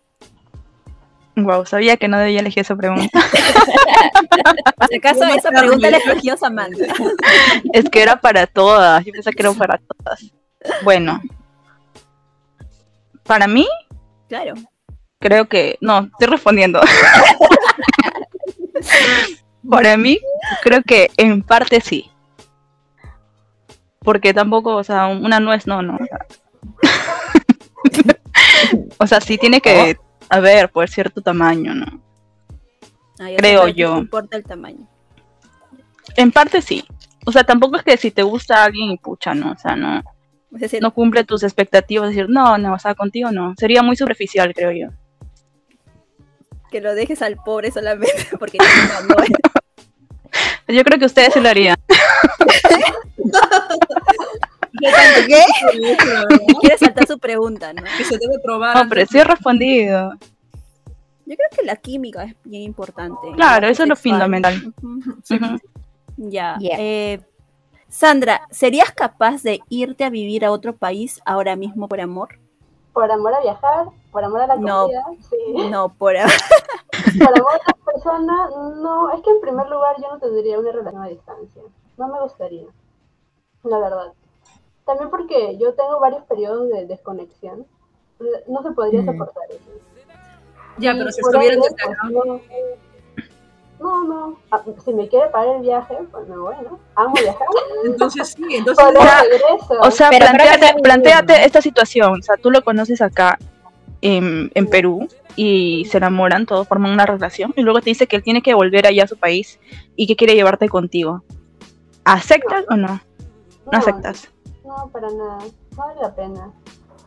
Speaker 2: Wow, sabía que no debía elegir esa pregunta.
Speaker 1: Si acaso
Speaker 3: Una
Speaker 1: esa pregunta
Speaker 3: carne.
Speaker 1: la escogió Samantha.
Speaker 2: es que era para todas. Yo pensé que era para todas. Bueno. Para mí,
Speaker 1: Claro.
Speaker 2: creo que. No, estoy respondiendo. para mí, creo que en parte sí. Porque tampoco, o sea, una nuez no, no. o sea. o sea, sí tiene que haber, pues, cierto tamaño, ¿no?
Speaker 1: Ah, ya,
Speaker 2: Creo
Speaker 1: para ti
Speaker 2: yo.
Speaker 1: no importa el tamaño.
Speaker 2: En parte sí. O sea, tampoco es que si te gusta a alguien y pucha, no, o sea, no.
Speaker 1: Es decir,
Speaker 2: no cumple tus expectativas, decir, no, no, o sea, contigo no. Sería muy superficial, creo yo.
Speaker 1: que lo dejes al pobre solamente porque te mandó.
Speaker 2: Yo creo que ustedes se lo harían.
Speaker 1: ¿Qué? Quiere saltar su pregunta, ¿no?
Speaker 3: Que se debe probar.
Speaker 2: Ah, No, pero sí he respondido.
Speaker 1: Yo creo que la química es bien importante.
Speaker 2: Claro, eso es lo
Speaker 1: Sexual.
Speaker 2: fundamental.
Speaker 1: Ujú.
Speaker 2: Ujú.
Speaker 1: Ya.
Speaker 5: Yeah.
Speaker 1: eh, Sandra, ¿serías capaz de irte a vivir a otro país ahora mismo por amor?
Speaker 4: Por amor a viajar, por amor a la
Speaker 1: No.
Speaker 4: comida, sí.
Speaker 1: No, por amor.
Speaker 4: Por amor a la persona, no. Es que en primer lugar yo no tendría una relación a distancia. No me gustaría. La verdad. También porque yo tengo varios periodos de desconexión. No se podría
Speaker 5: Mm.
Speaker 4: soportar eso.
Speaker 3: Ya,
Speaker 4: Y
Speaker 3: pero si
Speaker 4: por
Speaker 3: estuvieran
Speaker 4: ahí,
Speaker 3: destacados.
Speaker 4: pues, No, no. no. Ah, Si me quiere pagar el viaje, pues me voy, ¿no? Amo viajar.
Speaker 3: Entonces sí, entonces
Speaker 4: Pero
Speaker 2: sea,
Speaker 4: regreso.
Speaker 2: O sea,
Speaker 5: Pero creo que
Speaker 2: planteate,
Speaker 5: también-
Speaker 2: planteate esta situación. O sea, tú lo conoces acá en, en Perú y se enamoran, todos forman una relación y luego te dice que él tiene que volver allá a su país y que quiere llevarte contigo. ¿Aceptas o no? No aceptas.
Speaker 4: No, para nada. No vale la pena.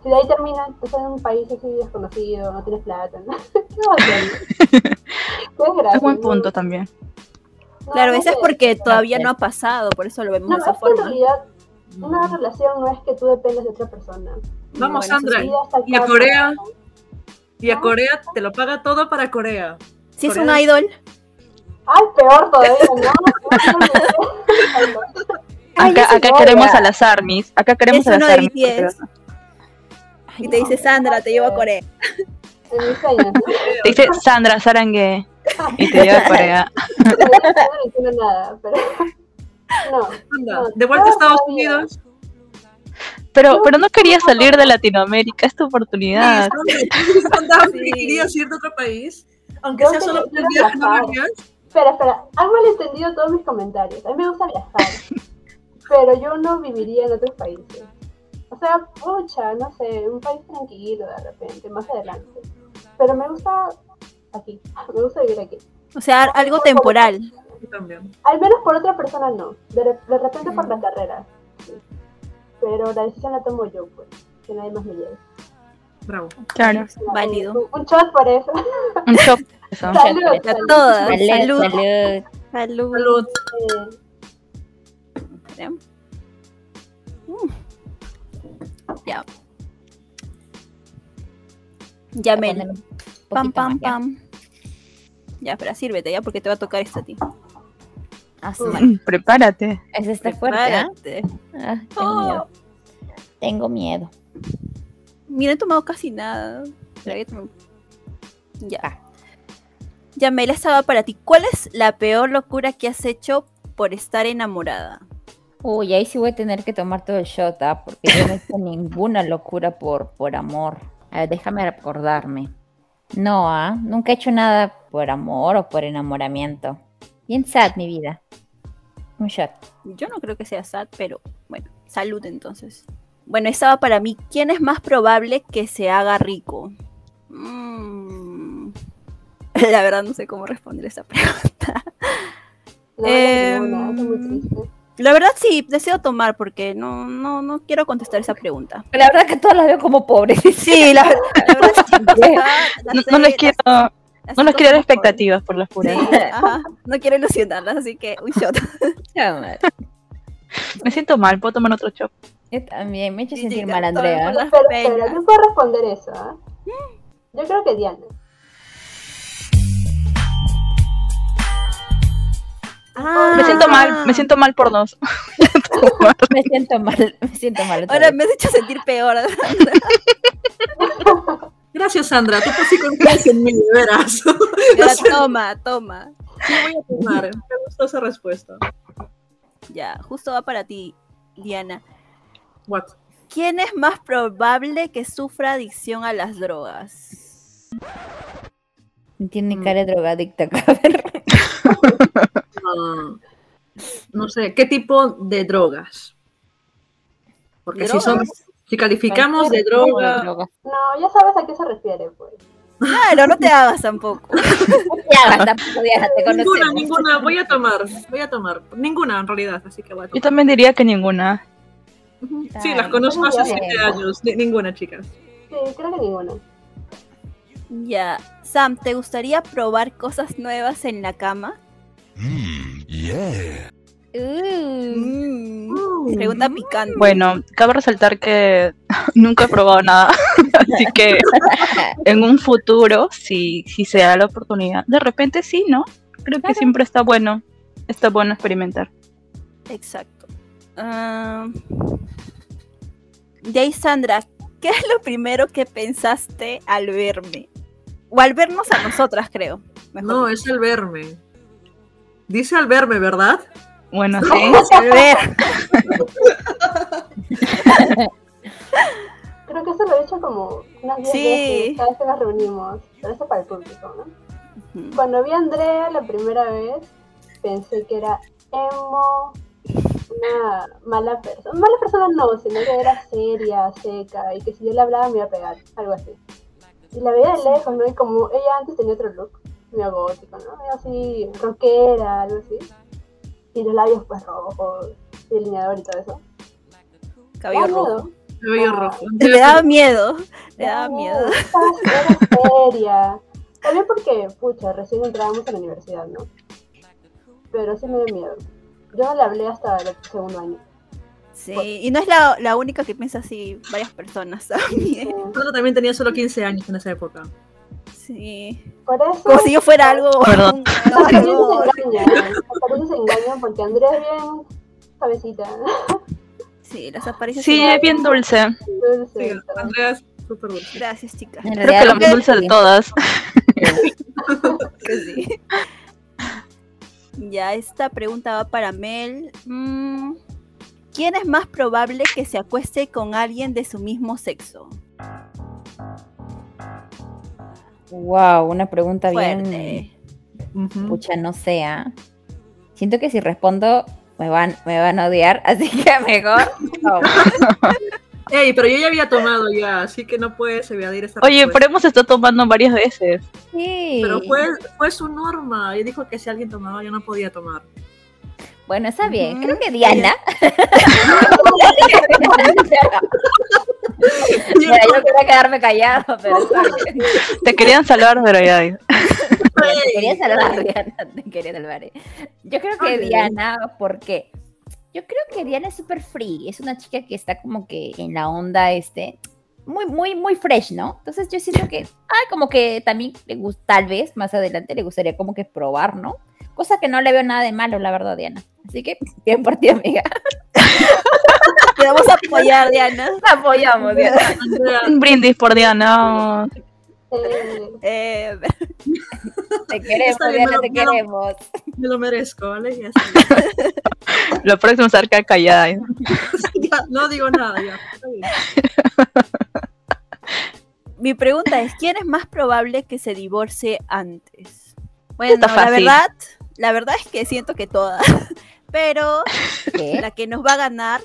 Speaker 4: Si de ahí termina, estás en un país así desconocido, no tienes plata. ¿no? ¿Qué vas a hacer? Qué desgracia,
Speaker 2: Es buen
Speaker 4: no,
Speaker 2: punto también.
Speaker 4: no,
Speaker 1: Claro,
Speaker 4: no
Speaker 1: eso es
Speaker 4: sé.
Speaker 1: porque todavía no ha pasado, por eso lo vemos
Speaker 4: No,
Speaker 1: de
Speaker 4: es
Speaker 1: esa
Speaker 4: que en
Speaker 1: forma.
Speaker 4: realidad una relación no es que tú dependas de otra persona.
Speaker 3: Vamos,
Speaker 1: Bueno,
Speaker 3: Sandra.
Speaker 4: Sí, hasta
Speaker 3: Y a
Speaker 4: acá,
Speaker 3: Corea.
Speaker 4: ¿no?
Speaker 3: Y a Corea te lo paga todo para Corea.
Speaker 1: Si es un idol,
Speaker 4: Ay, peor todavía, ¿no?
Speaker 5: Ay,
Speaker 2: Acá,
Speaker 5: yo soy
Speaker 2: acá
Speaker 5: gorda.
Speaker 2: queremos a las armies. Acá queremos
Speaker 1: Es
Speaker 2: a las
Speaker 1: uno de
Speaker 2: armies.
Speaker 1: BTS.
Speaker 2: porque-
Speaker 1: y te dice Sandra, te llevo a Corea.
Speaker 4: en mis sueños, ¿no?
Speaker 2: Te dice Sandra Sarangue y te lleva a Corea.
Speaker 4: Pero yo no le entiendo nada, pero... No,
Speaker 3: Anda, De vuelta a Estados Unidos.
Speaker 2: Pero, pero no quería salir de Latinoamérica, es tu oportunidad.
Speaker 3: Sandra,
Speaker 1: Sí.
Speaker 3: ¿Querías ir de otro país? Aunque
Speaker 4: Yo
Speaker 3: sea
Speaker 4: te
Speaker 3: solo
Speaker 4: quiero
Speaker 3: un viaje, ¿no
Speaker 4: viajar.
Speaker 3: lo harías?
Speaker 4: Espera, espera, han malentendido todos mis comentarios. A mí me gusta viajar, pero yo no viviría en otros países. O sea, pucha, no sé, un país tranquilo de repente, más adelante. Pero me gusta aquí, me gusta vivir aquí.
Speaker 1: O sea, algo temporal.
Speaker 3: Yo también.
Speaker 4: Al menos por otra persona no, de, re- de repente por la carrera. sí. Pero la decisión la tomo yo, pues, que nadie más me lleve.
Speaker 3: Bravo.
Speaker 2: Claro.
Speaker 1: Válido.
Speaker 4: Un, un shot por eso.
Speaker 2: Un shock. Eso.
Speaker 4: Salud,
Speaker 5: shot.
Speaker 1: A
Speaker 4: salud.
Speaker 1: todas.
Speaker 5: Salud,
Speaker 1: Salud.
Speaker 5: salud.
Speaker 1: Salud.
Speaker 3: Salud.
Speaker 4: Eh,
Speaker 1: Mm. Ya. Ya, Mel.
Speaker 5: Aguántame un
Speaker 1: Pam,
Speaker 5: poquito
Speaker 1: pam,
Speaker 5: más, ya.
Speaker 1: pam. Ya, espera, sírvete ya porque te va a tocar esto a ti.
Speaker 5: Ah, su
Speaker 4: Mm.
Speaker 5: madre.
Speaker 2: Prepárate.
Speaker 5: Ese está fuerte, ¿ah?
Speaker 1: Prepárate.
Speaker 5: Ah, tengo
Speaker 1: Oh,
Speaker 5: miedo. Tengo miedo.
Speaker 1: mira, he tomado casi nada. Espera que tomo- Ya.
Speaker 5: Va.
Speaker 1: Ya, Mel, esta va para ti. ¿Cuál es la peor locura que has hecho por estar enamorada?
Speaker 5: Uy, ahí sí voy a tener que tomar todo el shot, ¿ah? Porque yo no he hecho ninguna locura por, por amor. A ver, déjame recordarme. No, ¿ah? Nunca he hecho nada por amor o por enamoramiento. Bien sad mi vida. Un shot.
Speaker 1: Yo no creo que sea sad, pero bueno, salud entonces. Bueno, esta va para mí. ¿Quién es más probable que se haga rico? Mm, La verdad no sé cómo responder esa pregunta.
Speaker 4: no, vale
Speaker 1: Em,
Speaker 4: ninguna, eso es muy triste.
Speaker 1: La verdad sí, deseo tomar porque no, no, no quiero contestar esa pregunta.
Speaker 5: La verdad que todas las veo como pobres.
Speaker 1: Sí, la, la verdad sí. o sea, las
Speaker 2: No, no les
Speaker 1: sé,
Speaker 2: quiero,
Speaker 1: las- las
Speaker 2: no
Speaker 1: chicas somos
Speaker 2: les quiero dar
Speaker 1: pobres.
Speaker 2: expectativas por las puras.
Speaker 1: Sí, ajá, no quiero ilusionarlas, así que un shot.
Speaker 2: Me siento mal, puedo tomar otro chop.
Speaker 5: Yo también me he hecho
Speaker 1: Sí,
Speaker 5: sentir
Speaker 1: chicas,
Speaker 5: mal,
Speaker 1: tomen por
Speaker 5: Andrea. ¿ah?
Speaker 1: las
Speaker 4: Pero,
Speaker 1: penas. ¿Eh?
Speaker 4: pero, ¿quién puede responder eso? ah? Yo creo que Diana.
Speaker 1: Ah.
Speaker 2: Me siento mal, me siento mal por dos.
Speaker 5: Me siento mal, me siento mal. otra
Speaker 1: Ahora
Speaker 5: vez.
Speaker 1: me has hecho sentir peor.
Speaker 3: Gracias, Sandra. Tú casi confías en mí, de veras.
Speaker 1: Ahora toma, toma.
Speaker 3: Sí, voy a tomar. Me gustó esa respuesta.
Speaker 1: Ya, justo va para ti, Diana.
Speaker 3: What?
Speaker 1: ¿Quién es más probable que sufra adicción a las drogas?
Speaker 5: Tiene
Speaker 3: Mm.
Speaker 5: cara de drogadicta, cabrón.
Speaker 3: Ah, no sé, ¿qué tipo de drogas? Porque si son,
Speaker 1: ¿Drogas?
Speaker 3: si calificamos de
Speaker 5: Droga.
Speaker 3: droga,
Speaker 4: No, ya sabes a qué se refiere, pues.
Speaker 1: Claro, no te hagas tampoco.
Speaker 5: Ya, basta, pues, ya, te
Speaker 3: ninguna,
Speaker 5: conocemos.
Speaker 3: ninguna, voy a tomar, voy a tomar, ninguna en realidad, así que voy a
Speaker 2: Yo
Speaker 3: tomar.
Speaker 2: también diría que ninguna.
Speaker 3: Sí, las conozco
Speaker 4: muy
Speaker 3: hace
Speaker 4: bien.
Speaker 3: siete años. Ni- ninguna, chicas.
Speaker 4: Sí, creo que ninguna.
Speaker 1: Ya. Sam, ¿te gustaría probar cosas nuevas en la cama?
Speaker 6: Mmm, yeah.
Speaker 5: Uh,
Speaker 1: Mm, Pregunta picante.
Speaker 2: Bueno, cabe resaltar que nunca he probado nada, así que en un futuro, si, si se da la oportunidad, de repente sí, ¿no? Creo que siempre está bueno, está bueno experimentar.
Speaker 1: Exacto. Ah, de ahí, Sandra, ¿qué es lo primero que pensaste al verme? O al vernos a nosotras, creo. mejor
Speaker 3: Mm, No,
Speaker 1: dicho.
Speaker 3: es al verme. Dice al verme, ¿verdad?
Speaker 2: Bueno, sí.
Speaker 1: al ver.
Speaker 4: Creo que eso lo he hecho como unas 10
Speaker 1: Sí.
Speaker 4: veces cada vez que nos reunimos. Pero eso para el público, ¿no?
Speaker 1: Ujú.
Speaker 4: Cuando vi a Andrea la primera vez, pensé que era emo, una mala persona. Mala persona no, sino que era seria, seca, y que si yo le hablaba me iba a pegar, algo así. Y la veía de lejos, ¿no? Y como ella antes tenía otro look, medio gótico, ¿no? Medio así, rockera, algo así. Y los labios pues rojos, delineador y todo eso. Me
Speaker 1: Cabello
Speaker 4: daba
Speaker 1: rojo.
Speaker 4: miedo.
Speaker 3: Cabello
Speaker 4: Ah.
Speaker 3: rojo.
Speaker 1: Le daba miedo. Le daba miedo.
Speaker 4: Era seria. También porque, pucha, recién entrábamos a la universidad, ¿no? Pero sí me dio miedo. Yo no le hablé hasta el segundo año.
Speaker 1: Sí. Y no es la, la única que piensa así, varias personas también.
Speaker 3: Sandra también tenía solo 15 años en esa época.
Speaker 1: Sí.
Speaker 4: Por eso.
Speaker 1: Como si yo fuera algo.
Speaker 2: Perdón.
Speaker 4: Los se engañan. Los apariencias se engañan porque Andrea es bien suavecita,
Speaker 1: Sí, las apariencias.
Speaker 2: Sí, es bien dulce.
Speaker 3: Sí,
Speaker 4: dulce.
Speaker 3: Andrea es súper dulce.
Speaker 1: Gracias, chicas.
Speaker 5: en
Speaker 2: Creo que la
Speaker 5: realidad,
Speaker 2: más dulce de todas.
Speaker 1: que sí. Ya, esta pregunta va para Mel. Mm, ¿Quién es más probable que se acueste con alguien de su mismo sexo?
Speaker 5: Wow, una pregunta bien.
Speaker 1: Fuerte.
Speaker 3: Ujú.
Speaker 5: Pucha, no sea. Siento que si respondo me van, me van a odiar, así que mejor. no.
Speaker 3: Ey, pero yo ya había tomado ya, así que no puedes evadir esa
Speaker 2: Oye, pero
Speaker 3: respuesta.
Speaker 2: hemos estado tomando varias veces.
Speaker 5: Sí.
Speaker 3: Pero fue, fue su norma. Ella dijo que si alguien tomaba, yo no podía tomar.
Speaker 5: Bueno, está bien.
Speaker 1: Ujú.
Speaker 5: Creo que Diana. Mira, yo quería quedarme callado, pero está bien.
Speaker 2: Te querían salvar, pero ya.
Speaker 5: Te quería salvar, Diana. Te quería salvar. eh. Yo creo que
Speaker 3: Ok.
Speaker 5: Diana, ¿por qué? Yo creo que Diana es súper free. Es una chica que está como que en la onda, este, muy, muy, muy fresh, ¿no? Entonces yo siento que, ah, como que también le gusta, tal vez más adelante le gustaría como que probar, ¿no? Cosa que no le veo nada de malo, la verdad, Diana. Así que, bien por ti, amiga.
Speaker 1: Te vamos a apoyar, Diana.
Speaker 5: Apoyamos, Diana.
Speaker 3: Andrea,
Speaker 2: Un brindis por Diana.
Speaker 4: Eh,
Speaker 1: Eh,
Speaker 5: Te queremos,
Speaker 3: Está bien,
Speaker 5: Diana,
Speaker 3: no lo-
Speaker 5: te
Speaker 3: no lo-
Speaker 5: queremos.
Speaker 3: me lo merezco, ¿vale? Ya está.
Speaker 2: Lo próximo se arca callada. ¿eh?
Speaker 3: Ya, no digo nada, ya. Está bien.
Speaker 1: mi pregunta es, ¿quién es más probable que se divorcie antes? Bueno,
Speaker 2: Está
Speaker 1: la
Speaker 2: fácil.
Speaker 1: verdad, la verdad es que siento que todas, pero
Speaker 5: ¿Qué?
Speaker 1: la que nos va a ganar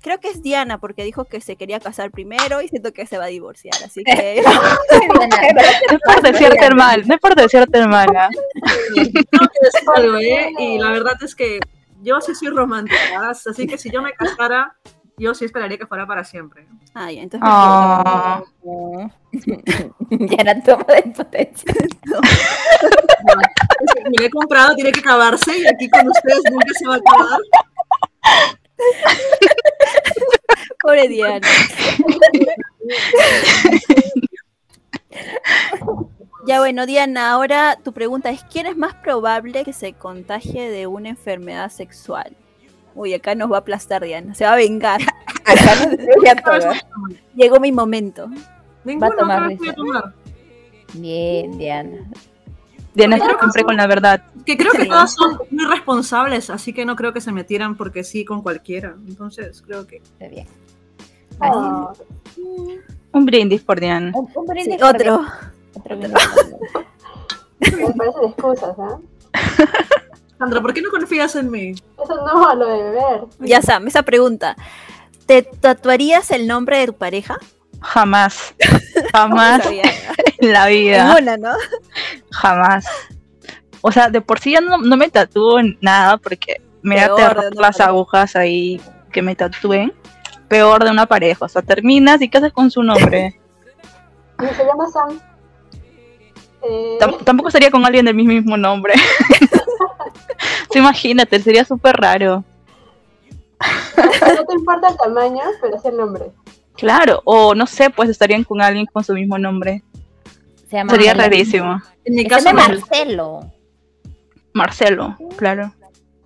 Speaker 1: creo que es Diana porque dijo que se quería casar primero y siento que se va a divorciar, así que
Speaker 2: No es por decirte el mal, no es por decirte el mal. ¿ah?
Speaker 3: Tengo que decir algo, ¿eh? Y la verdad es que yo sí soy romántica, así que si yo me casara, yo sí esperaría que fuera para siempre.
Speaker 1: Ah, ya, entonces me equivoqué.
Speaker 2: Ah.
Speaker 5: Diana toma de potencia.
Speaker 3: Me lo he comprado, tiene que acabarse y aquí con ustedes nunca se va a acabar.
Speaker 1: Pobre Diana. ya bueno, Diana, ahora tu pregunta es, ¿quién es más probable que se contagie de una enfermedad sexual? Uy, acá nos va a aplastar Diana, se va a vengar.
Speaker 5: Acá nos destruye a todos.
Speaker 1: Llegó mi momento.
Speaker 3: Ninguna
Speaker 5: Va a tomar
Speaker 3: otra vez voy a
Speaker 5: risa.
Speaker 3: tomar.
Speaker 5: Bien, Diana.
Speaker 2: Diana se lo compré con la verdad.
Speaker 3: Que creo que
Speaker 1: Sí.
Speaker 3: todas son muy responsables, así que no creo que se metieran porque sí con cualquiera. Entonces, creo que.
Speaker 5: Está bien.
Speaker 4: ah,
Speaker 2: Un brindis por Diana.
Speaker 5: Un, un brindis
Speaker 1: Sí,
Speaker 5: por
Speaker 1: otro.
Speaker 5: Diana. Otro brindis por Diana.
Speaker 4: me parecen excusas, ¿ah?
Speaker 3: Sandra, ¿por qué no confías en mí?
Speaker 4: Eso no, lo de beber.
Speaker 1: Ya Sam, esa pregunta. ¿Te tatuarías el nombre de tu pareja?
Speaker 2: Jamás. Jamás
Speaker 1: Sabía.
Speaker 2: en la vida.
Speaker 1: Ninguna, ¿no?
Speaker 2: Jamás. O sea, de por sí ya no, no me tatúo nada porque me da
Speaker 1: Peor,
Speaker 2: terror
Speaker 1: no,
Speaker 2: las
Speaker 1: no.
Speaker 2: agujas ahí que me tatúen. peor de una pareja. O sea, terminas y ¿qué haces con su nombre?
Speaker 4: Y se llama Sam. Eh,
Speaker 2: Tam- tampoco sería con alguien del mismo- mismo nombre. Sí, imagínate, sería súper raro.
Speaker 4: no te importa el tamaño, pero es el nombre.
Speaker 2: Claro, o no sé, pues estarían con alguien con su mismo nombre.
Speaker 5: Se llama
Speaker 2: Sería
Speaker 5: Marcelo.
Speaker 2: rarísimo.
Speaker 3: En mi
Speaker 5: Ese
Speaker 3: caso,
Speaker 5: de
Speaker 3: Mar-
Speaker 5: Marcelo.
Speaker 2: Marcelo, claro.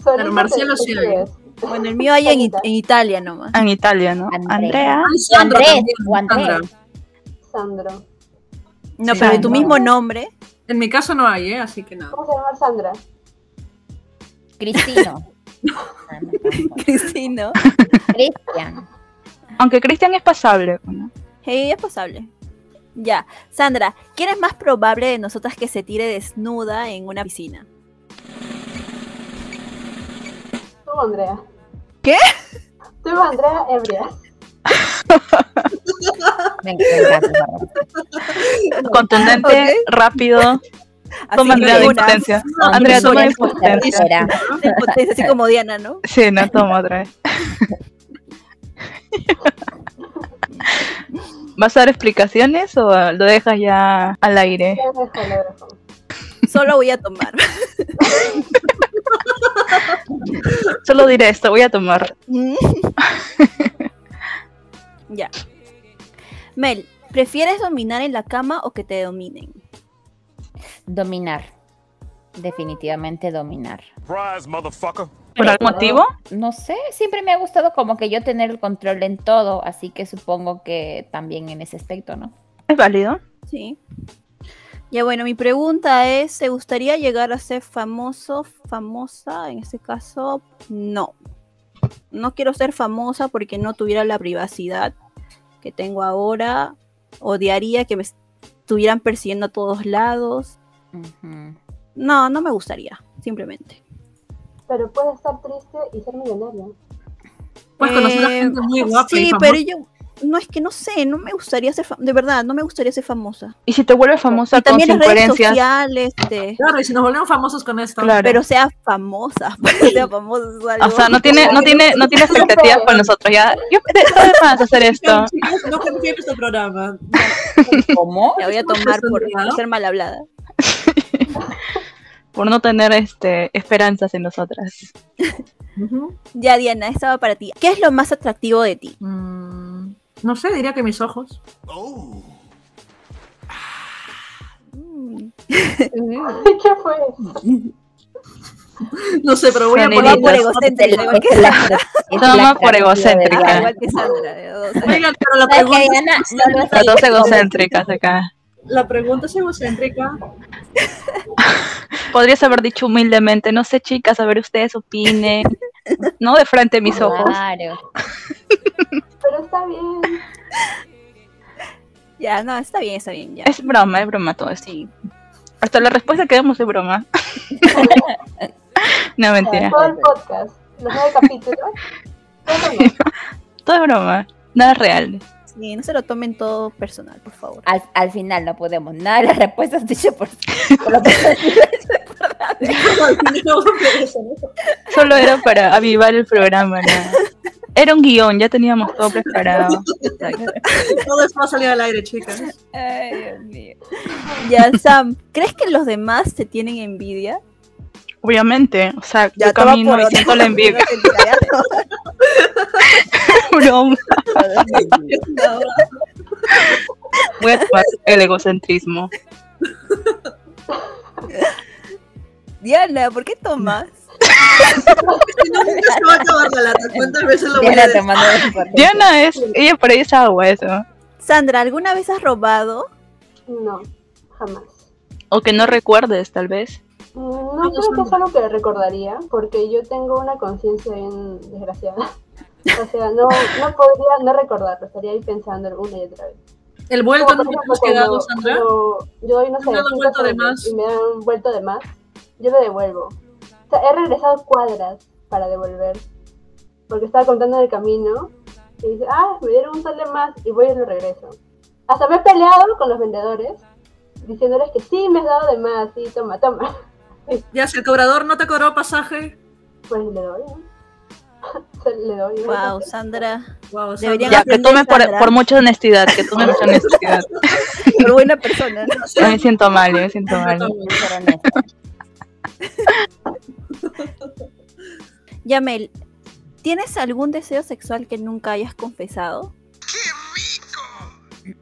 Speaker 4: Solito te-
Speaker 3: Marcelo
Speaker 4: te
Speaker 3: sí hay.
Speaker 4: escribes.
Speaker 1: Bueno, el mío hay en, It-
Speaker 4: Solita.
Speaker 1: en Italia nomás.
Speaker 2: En Italia, ¿no?
Speaker 5: Andrea.
Speaker 2: Andrea.
Speaker 3: Ay, Sandra
Speaker 5: Ah, Andrés,
Speaker 3: también,
Speaker 5: o Andrés.
Speaker 3: Sandra.
Speaker 4: Sandro.
Speaker 1: No,
Speaker 3: Sí,
Speaker 1: pero de
Speaker 2: no.
Speaker 1: tu mismo nombre.
Speaker 3: En mi caso no hay, ¿eh? así que nada.
Speaker 4: ¿Cómo se llama Sandra?
Speaker 5: Cristino. Ah, no, tampoco.
Speaker 1: Cristino.
Speaker 5: Cristian.
Speaker 2: Aunque Cristian es pasable. ¿no?
Speaker 1: Hey, es posible. Ya. Sandra, ¿quién es más probable de nosotras que se tire desnuda en una piscina?
Speaker 4: Tú, Andrea.
Speaker 1: ¿Qué?
Speaker 4: Tú, Andrea, ebria.
Speaker 5: Me encanta esa palabra.
Speaker 2: Contundente, rápido.
Speaker 1: Así
Speaker 2: Toma Andrea de
Speaker 1: ninguna.
Speaker 2: impotencia.
Speaker 3: No,
Speaker 2: Andrea,
Speaker 3: yo soy
Speaker 2: toma de
Speaker 5: la
Speaker 2: impotencia.
Speaker 5: Era.
Speaker 1: De impotencia, este así como Diana, ¿no?
Speaker 2: Sí, no toma otra vez. ¿Vas a dar explicaciones o lo dejas ya al aire?
Speaker 4: Ya me dejó, lo dejó.
Speaker 1: Solo voy a tomar.
Speaker 2: Solo diré esto, voy a tomar.
Speaker 1: ya. Mel, ¿prefieres dominar en la cama o que te dominen?
Speaker 5: Dominar. Definitivamente dominar.
Speaker 7: Surprise, motherfucker.
Speaker 2: ¿Por algún motivo?
Speaker 5: No sé, siempre me ha gustado como que yo tener el control en todo, así que supongo que también en ese aspecto, ¿no?
Speaker 2: ¿Es válido?
Speaker 1: Sí. Ya bueno, mi pregunta es, ¿te gustaría llegar a ser famoso, famosa? En este caso, no. No quiero ser famosa porque no tuviera la privacidad que tengo ahora. Odiaría que me estuvieran persiguiendo a todos lados.
Speaker 5: Ujú.
Speaker 1: No, no me gustaría, simplemente.
Speaker 4: Pero puedes estar triste y ser millonario.
Speaker 3: Puedes Pues, conocer a
Speaker 1: Eh,
Speaker 3: gente muy guapa. y
Speaker 1: Sí,
Speaker 3: famosa.
Speaker 1: pero yo... No es que no sé, no me gustaría ser famosa, de verdad, no me gustaría ser famosa.
Speaker 2: Y si te vuelves famosa
Speaker 1: Y
Speaker 2: con
Speaker 1: también las redes
Speaker 2: incoherencias,
Speaker 1: sociales, este,
Speaker 3: Claro, y si nos volvemos famosos con esto.
Speaker 2: Claro.
Speaker 1: pero sea famosa, sea famosa. es
Speaker 2: o
Speaker 1: algo-
Speaker 2: sea, no tiene, no tiene, no tiene expectativas con nosotros ya. Yo puedo más hacer esto.
Speaker 3: Chicos, No confío en este programa.
Speaker 5: ¿Cómo?
Speaker 1: La voy a
Speaker 3: Estamos
Speaker 1: tomar por
Speaker 3: desorientados.
Speaker 1: ser mal hablada.
Speaker 2: Por no tener este esperanzas en nosotras.
Speaker 3: Ujú.
Speaker 1: Ya, Diana, esta va para ti. ¿Qué es lo más atractivo de ti?
Speaker 3: Mm, no sé, diría que mis ojos.
Speaker 7: Oh.
Speaker 4: ¿Qué fue?
Speaker 3: No sé, pero voy a
Speaker 1: Toma
Speaker 3: poner
Speaker 1: por
Speaker 2: Sonidito.
Speaker 3: por
Speaker 1: egocéntrica, igual que
Speaker 5: Es la-
Speaker 1: Sandra.
Speaker 5: es
Speaker 2: Toma
Speaker 5: la
Speaker 2: por
Speaker 5: atractiva de
Speaker 2: egocéntrica.
Speaker 5: Diana.
Speaker 1: Ah, Igual que Sandra. de dos.
Speaker 3: Oigan, pero la
Speaker 5: ¿Sabes qué,
Speaker 3: pregunta,
Speaker 5: Diana? No lo
Speaker 2: Las
Speaker 5: sé.
Speaker 2: dos egocéntricas acá.
Speaker 3: la pregunta es egocéntrica.
Speaker 2: Podrías haber dicho humildemente, no sé chicas, a ver ustedes opinen. No de frente a mis ojos.
Speaker 5: Claro.
Speaker 4: Pero está bien.
Speaker 1: Ya, no, está bien, está bien. Ya.
Speaker 2: Es broma, es broma todo esto.
Speaker 1: Sí.
Speaker 2: Hasta la respuesta que damos es broma. no, mentira.
Speaker 4: Todo el podcast. Los nueve capítulos. todo no.
Speaker 2: Todo es broma. Nada es real.
Speaker 1: Sí, no se lo tomen todo personal, por favor.
Speaker 2: Ah.
Speaker 5: Al, al final no podemos. Nada de las respuestas dicho por, por lo que-
Speaker 2: Solo era para avivar el programa. nada. Era un guión, ya teníamos todo preparado.
Speaker 3: Todo esto va a salir al aire, chicas.
Speaker 5: Ay, Dios mío.
Speaker 1: Ya, Sam, ¿crees que los demás te tienen envidia?
Speaker 2: Obviamente, o sea, yo
Speaker 1: toma
Speaker 2: camino
Speaker 1: por
Speaker 2: y
Speaker 1: otro.
Speaker 2: siento la envidia.
Speaker 1: Ya, no.
Speaker 2: Broma. Voy a tomar el egocentrismo.
Speaker 1: Diana, ¿por qué tomas?
Speaker 3: No, nunca se va a acabar la lata. ¿Cuántas veces lo voy a
Speaker 5: Diana
Speaker 3: decir?
Speaker 5: tomando las fotos.
Speaker 2: Diana es, ella por ahí es agua eso.
Speaker 1: Sandra, ¿alguna vez has robado?
Speaker 4: No, jamás.
Speaker 2: O que no recuerdes, tal vez.
Speaker 4: No creo que es algo que recordaría, porque yo tengo una conciencia bien desgraciada. O sea, no, no podría no recordarlo, estaría ahí pensando una y otra vez.
Speaker 3: El vuelto no
Speaker 4: Como, por
Speaker 3: nos
Speaker 4: ejemplo,
Speaker 3: hemos quedado,
Speaker 4: cuando-
Speaker 3: Sandra.
Speaker 4: cuando yo doy, no sé,
Speaker 3: Me dan un
Speaker 4: cinco
Speaker 3: vuelto de
Speaker 4: soles
Speaker 3: más.
Speaker 4: y me dan un vuelto de más, yo lo devuelvo. O sea, he regresado cuadras para devolver, porque estaba contando en el camino y dice, ah, me dieron un sol de más y voy y lo regreso. Hasta me he peleado con los vendedores diciéndoles que sí, me has dado de más, sí, toma, toma.
Speaker 3: Ya, si el cobrador no te cobró pasaje,
Speaker 4: Pues le doy, ¿no? Se le doy.
Speaker 1: Wow, Sandra.
Speaker 3: Wow,
Speaker 1: Deberían
Speaker 2: Ya,
Speaker 3: Sandra,
Speaker 2: que tomen por,
Speaker 1: Sandra.
Speaker 2: por mucha honestidad, que tomen mucha honestidad.
Speaker 1: Por buena persona.
Speaker 2: Yo me siento mal, yo me siento mal.
Speaker 3: toma.
Speaker 5: Ser honesta.
Speaker 1: Yamel, ¿tienes algún deseo sexual que nunca hayas confesado?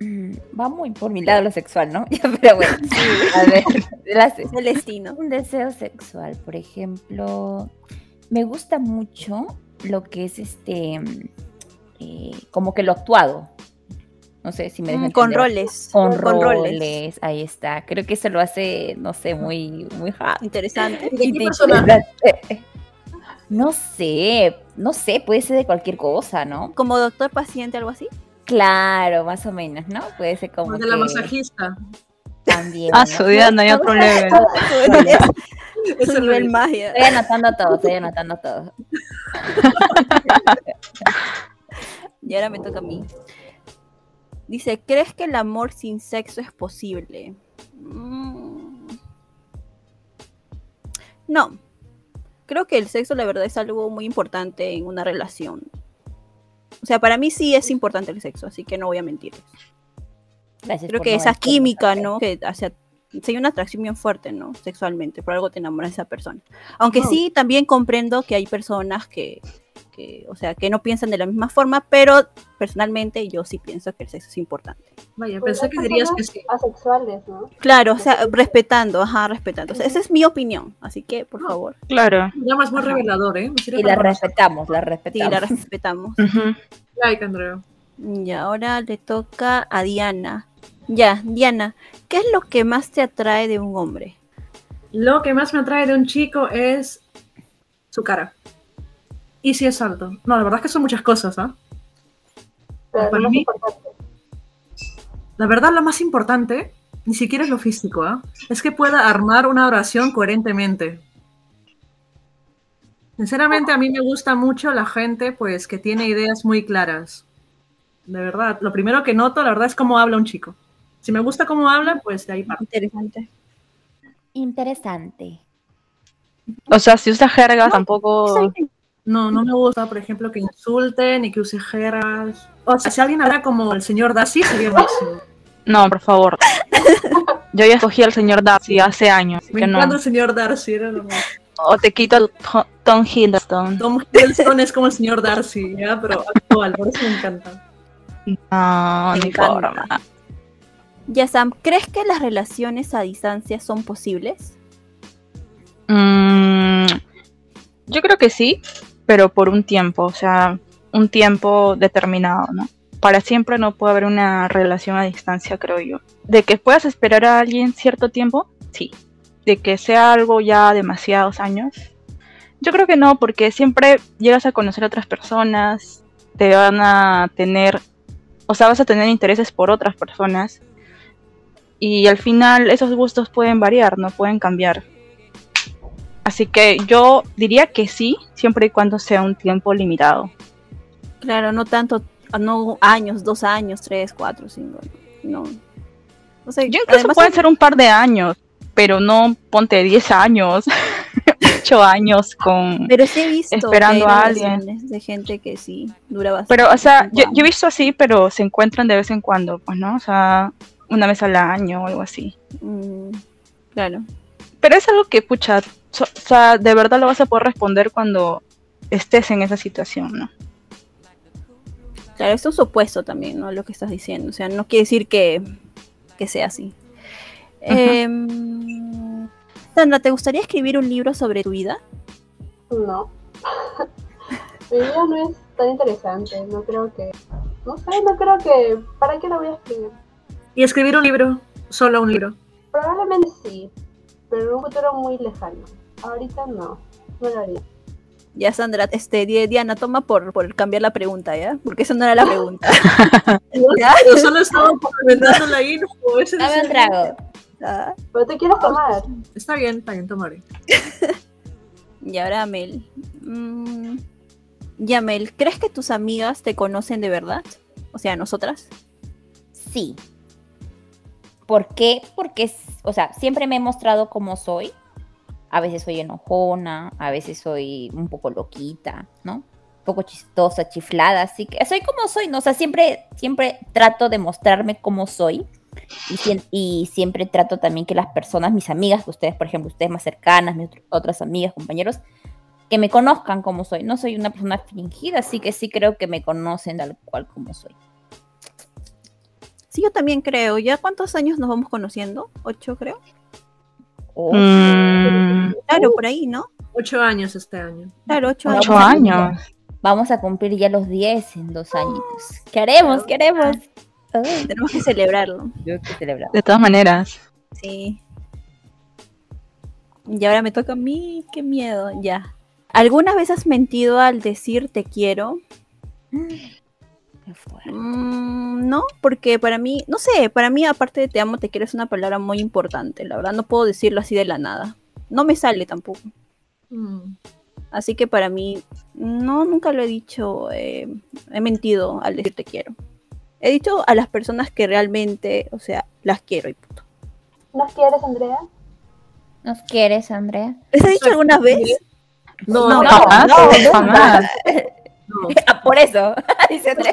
Speaker 5: Mm, Va muy por mi lado lo sexual, ¿no? Ya, Pero bueno, a ver. las-
Speaker 1: Celestino.
Speaker 5: un deseo sexual, por ejemplo, me gusta mucho lo que es este, mm, eh, como que lo actuado. No sé si me dejo
Speaker 1: Mm, Con
Speaker 5: entender.
Speaker 1: roles.
Speaker 5: Con,
Speaker 1: con roles.
Speaker 5: roles. Ahí está. Creo que eso lo hace, no sé, muy, muy hot.
Speaker 1: Interesante.
Speaker 3: ¿De
Speaker 5: Y
Speaker 3: qué
Speaker 5: te- eh,
Speaker 3: personaje?
Speaker 5: No sé, no sé, puede ser de cualquier cosa, ¿no?
Speaker 1: Como doctor paciente, algo así.
Speaker 5: Claro, más o menos, ¿no? Puede ser como
Speaker 3: De la
Speaker 5: que
Speaker 3: masajista.
Speaker 5: también.
Speaker 2: Ah,
Speaker 5: ¿no?
Speaker 2: su día no hay otro level.
Speaker 1: Es
Speaker 3: Es
Speaker 1: un nivel
Speaker 3: el nivel
Speaker 1: magia.
Speaker 5: Estoy anotando todo, estoy anotando todo.
Speaker 1: Y ahora me toca a mí. Dice, ¿crees que el amor sin sexo es posible? Mm. No. Creo que el sexo, la verdad, es algo muy importante en una relación. O sea, para mí sí es importante el sexo, así que no voy a mentir.
Speaker 5: Gracias
Speaker 1: Creo
Speaker 5: por
Speaker 1: que
Speaker 5: no
Speaker 1: esa
Speaker 5: decirme.
Speaker 1: química, ¿no? Que, o sea, si hay una atracción bien fuerte, ¿no? Sexualmente, por algo te enamoras de esa persona. Aunque sí, también comprendo que hay personas que, que, o sea, que no piensan de la misma forma, pero personalmente yo sí pienso que el sexo es importante.
Speaker 3: Vaya,
Speaker 4: Pues
Speaker 3: pensé
Speaker 4: las
Speaker 3: que dirías que
Speaker 4: personas
Speaker 3: sí.
Speaker 4: Asexuales,
Speaker 3: Pues,
Speaker 4: ¿no?
Speaker 1: Claro, o sea, respetando, ajá, respetando. O sea, esa es mi opinión, así que, por favor,
Speaker 2: Claro.
Speaker 3: Ya más muy revelador, ¿eh? Me sirve
Speaker 5: Y la
Speaker 3: para-
Speaker 5: respetamos, la
Speaker 1: sí,
Speaker 5: respetamos.
Speaker 1: la respetamos.
Speaker 2: Ujú.
Speaker 3: Like, Andrea.
Speaker 1: Y ahora le toca a Diana. Ya, Diana, ¿qué es lo que más te atrae de un hombre?
Speaker 3: Lo que más me atrae de un chico es su cara. Y si es alto. No, la verdad es que son muchas cosas, ¿ah?
Speaker 4: Pero
Speaker 3: Para
Speaker 4: lo más
Speaker 3: mí-
Speaker 4: importante.
Speaker 3: La verdad, lo más importante ni siquiera es lo físico, ¿ah? Es que pueda armar una oración coherentemente. Sinceramente, a mí me gusta mucho la gente, pues, que tiene ideas muy claras. De verdad, lo primero que noto, la verdad, es cómo habla un chico. Si me gusta cómo habla, pues de ahí parto.
Speaker 1: Interesante.
Speaker 5: Interesante.
Speaker 2: O sea, si usa jerga tampoco.
Speaker 3: No, no me gusta, por ejemplo, que insulten y que use jeras. O sea, si alguien habla como el señor Darcy, sería máximo.
Speaker 2: No, por favor. Yo ya escogí al señor Darcy hace años, así
Speaker 3: Me
Speaker 2: que no.
Speaker 3: encanta el señor Darcy, era lo más.
Speaker 2: O te quito el to- Tom Hiddleston.
Speaker 3: Tom Hiddleston es como el señor Darcy, ¿ya? Pero actual, por eso me encanta.
Speaker 2: No,
Speaker 1: Me
Speaker 2: ni
Speaker 1: encanta.
Speaker 2: forma.
Speaker 1: Ya, Sam, ¿crees que las relaciones a distancia son posibles?
Speaker 2: Mm, yo creo que sí, pero por un tiempo, o sea, un tiempo determinado, ¿no? Para siempre no puede haber una relación a distancia, creo yo. De que puedas esperar a alguien cierto tiempo, sí. De que sea algo ya demasiados años, yo creo que no, porque siempre llegas a conocer a otras personas, te van a tener, o sea, vas a tener intereses por otras personas. Y al final esos gustos pueden variar, no pueden cambiar. Así que yo diría que sí, siempre y cuando sea un tiempo limitado.
Speaker 1: Claro, no tanto, no años, dos años, tres, cuatro, cinco, no. No sé,
Speaker 2: Yo incluso
Speaker 1: además
Speaker 2: pueden
Speaker 1: es-
Speaker 2: ser un par de años, pero no ponte 10 años, 8 años con...
Speaker 1: Pero sí he visto que
Speaker 2: esperando
Speaker 1: hay
Speaker 2: a alguien.
Speaker 1: relaciones de gente que sí dura bastante.
Speaker 2: Pero, o sea, yo,
Speaker 1: tiempo.
Speaker 2: yo he visto así, pero se encuentran de vez en cuando, pues, ¿no? O sea, una vez al año o algo así.
Speaker 1: Mm, claro,
Speaker 2: Pero es algo que, pucha, so- o sea, de verdad lo vas a poder responder cuando estés en esa situación, ¿no?
Speaker 1: claro, eso es opuesto también, ¿no? Lo que estás diciendo, o sea, no quiere decir que, que sea así.
Speaker 2: Ajá.
Speaker 1: Em, Sandra, ¿te gustaría escribir un libro sobre tu vida?
Speaker 4: No. Mi vida no es tan interesante. No creo que. No sé, no creo que. ¿Para qué la voy a escribir?
Speaker 3: Y escribir un libro, solo un libro.
Speaker 4: Probablemente sí, pero en un futuro muy lejano. Ahorita no. No lo haría.
Speaker 1: Ya, Sandra, este, Di- Diana, toma por, por cambiar la pregunta, ¿ya? Porque esa no era la pregunta. Ya.
Speaker 3: Yo solo estaba complementando la info. ese
Speaker 5: Dame
Speaker 3: es
Speaker 5: un
Speaker 3: el-
Speaker 5: trago.
Speaker 1: Ah,
Speaker 4: Pero te quieres tomar.
Speaker 3: Está bien, está bien, tomaré.
Speaker 1: Y ahora Mel. Mm, ya, Mel, ¿crees que tus amigas te conocen de verdad? O sea, nosotras.
Speaker 5: Sí. ¿Por qué? Porque, s- o sea, siempre me he mostrado como soy. A veces soy enojona, a veces soy un poco loquita, ¿no? poco chistosa, chiflada, así que soy como soy, ¿no? O sea, siempre, siempre trato de mostrarme como soy. Y, sien- y siempre trato también que las personas, mis amigas, ustedes, por ejemplo, ustedes más cercanas, mis otr- otras amigas, compañeros, que me conozcan como soy. No soy una persona fingida, así que sí creo que me conocen tal cual como soy.
Speaker 1: Sí, yo también creo. ¿Ya cuántos años nos vamos conociendo? Ocho, creo.
Speaker 5: Oh,
Speaker 2: Mm,
Speaker 1: Claro, por ahí, ¿no?
Speaker 3: Ocho años este año.
Speaker 1: Claro, ocho,
Speaker 5: Ocho
Speaker 2: ocho
Speaker 1: años.
Speaker 2: años.
Speaker 5: Vamos a cumplir ya los 10 en dos añitos. ¿Qué haremos? ¿Qué haremos? Ay,
Speaker 1: Ah, Tenemos que celebrarlo.
Speaker 5: tengo que celebrar.
Speaker 2: De todas maneras.
Speaker 1: Sí. Y ahora me toca a mí. Qué miedo, ya. ¿Alguna vez has mentido al decir te quiero?
Speaker 5: Qué fuerte.
Speaker 1: Mm, no, porque para mí, no sé, para mí aparte de te amo, te quiero es una palabra muy importante. La verdad no puedo decirlo así de la nada. No me sale tampoco.
Speaker 3: Mm.
Speaker 1: Así que para mí, no, nunca lo he dicho, eh, he mentido al decir te quiero. He dicho a las personas que realmente, o sea, las quiero y punto.
Speaker 4: ¿Nos quieres, Andrea?
Speaker 5: ¿Nos quieres, Andrea?
Speaker 1: ¿Les he dicho alguna vez?
Speaker 3: No,
Speaker 1: No,
Speaker 3: no,
Speaker 2: Jamás,
Speaker 5: no, no.
Speaker 2: jamás.
Speaker 3: no.
Speaker 5: Ah, por eso, dice Andrea.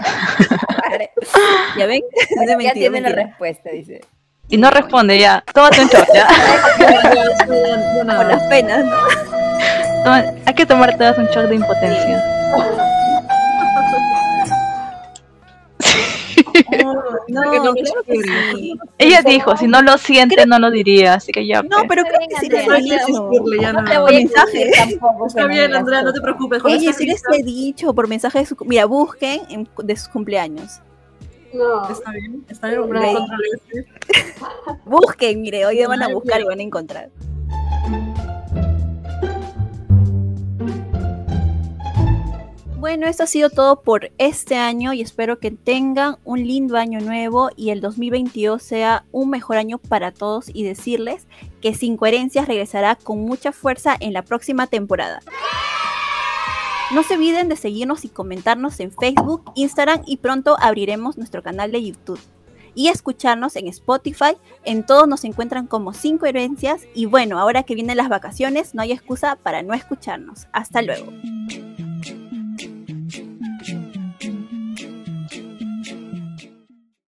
Speaker 5: Vale.
Speaker 1: ¿Ya ven? Es de
Speaker 5: ya
Speaker 1: mentira,
Speaker 5: tiene la
Speaker 1: mentira.
Speaker 5: respuesta, dice.
Speaker 2: Y no responde ya. Toma tu shot, ya.
Speaker 3: Ya, ya, ya, no.
Speaker 1: Con las penas, ¿no?
Speaker 2: Toma- hay que tomar todas un shot de impotencia.
Speaker 1: No,
Speaker 3: Porque no me
Speaker 1: claro que sí.
Speaker 2: Ella dijo, si no lo siente, no lo diría. Así que ya.
Speaker 1: No,
Speaker 2: pues.
Speaker 1: pero creo
Speaker 5: bien,
Speaker 1: que sí
Speaker 5: Andrea,
Speaker 1: les
Speaker 3: No
Speaker 1: he
Speaker 3: hay que
Speaker 1: dicho.
Speaker 3: insistirle, ya
Speaker 5: No
Speaker 3: no.
Speaker 5: te voy a
Speaker 1: mensaje.
Speaker 5: exigir tampoco.
Speaker 3: Está bien, Andrea, no te preocupes. cuando
Speaker 1: Oye,
Speaker 3: estés
Speaker 1: sí les
Speaker 3: lista,
Speaker 1: he dicho por mensaje de su... Mira, busquen en- de sus cumpleaños.
Speaker 4: No.
Speaker 3: Está bien, está bien.
Speaker 1: Sí.
Speaker 3: Hombre, controlé.
Speaker 1: Busquen, mire, hoy van a buscar y van a encontrar. Bueno, esto ha sido todo por este año y espero que tengan un lindo año nuevo y el 2022 sea un mejor año para todos y decirles que Sin Coherencias regresará con mucha fuerza en la próxima temporada. No se olviden de seguirnos y comentarnos en Facebook, Instagram y pronto abriremos nuestro canal de YouTube y escucharnos en Spotify. En todos nos encuentran como Sin Coherencias. Y bueno, ahora que vienen las vacaciones, no hay excusa para no escucharnos. Hasta luego.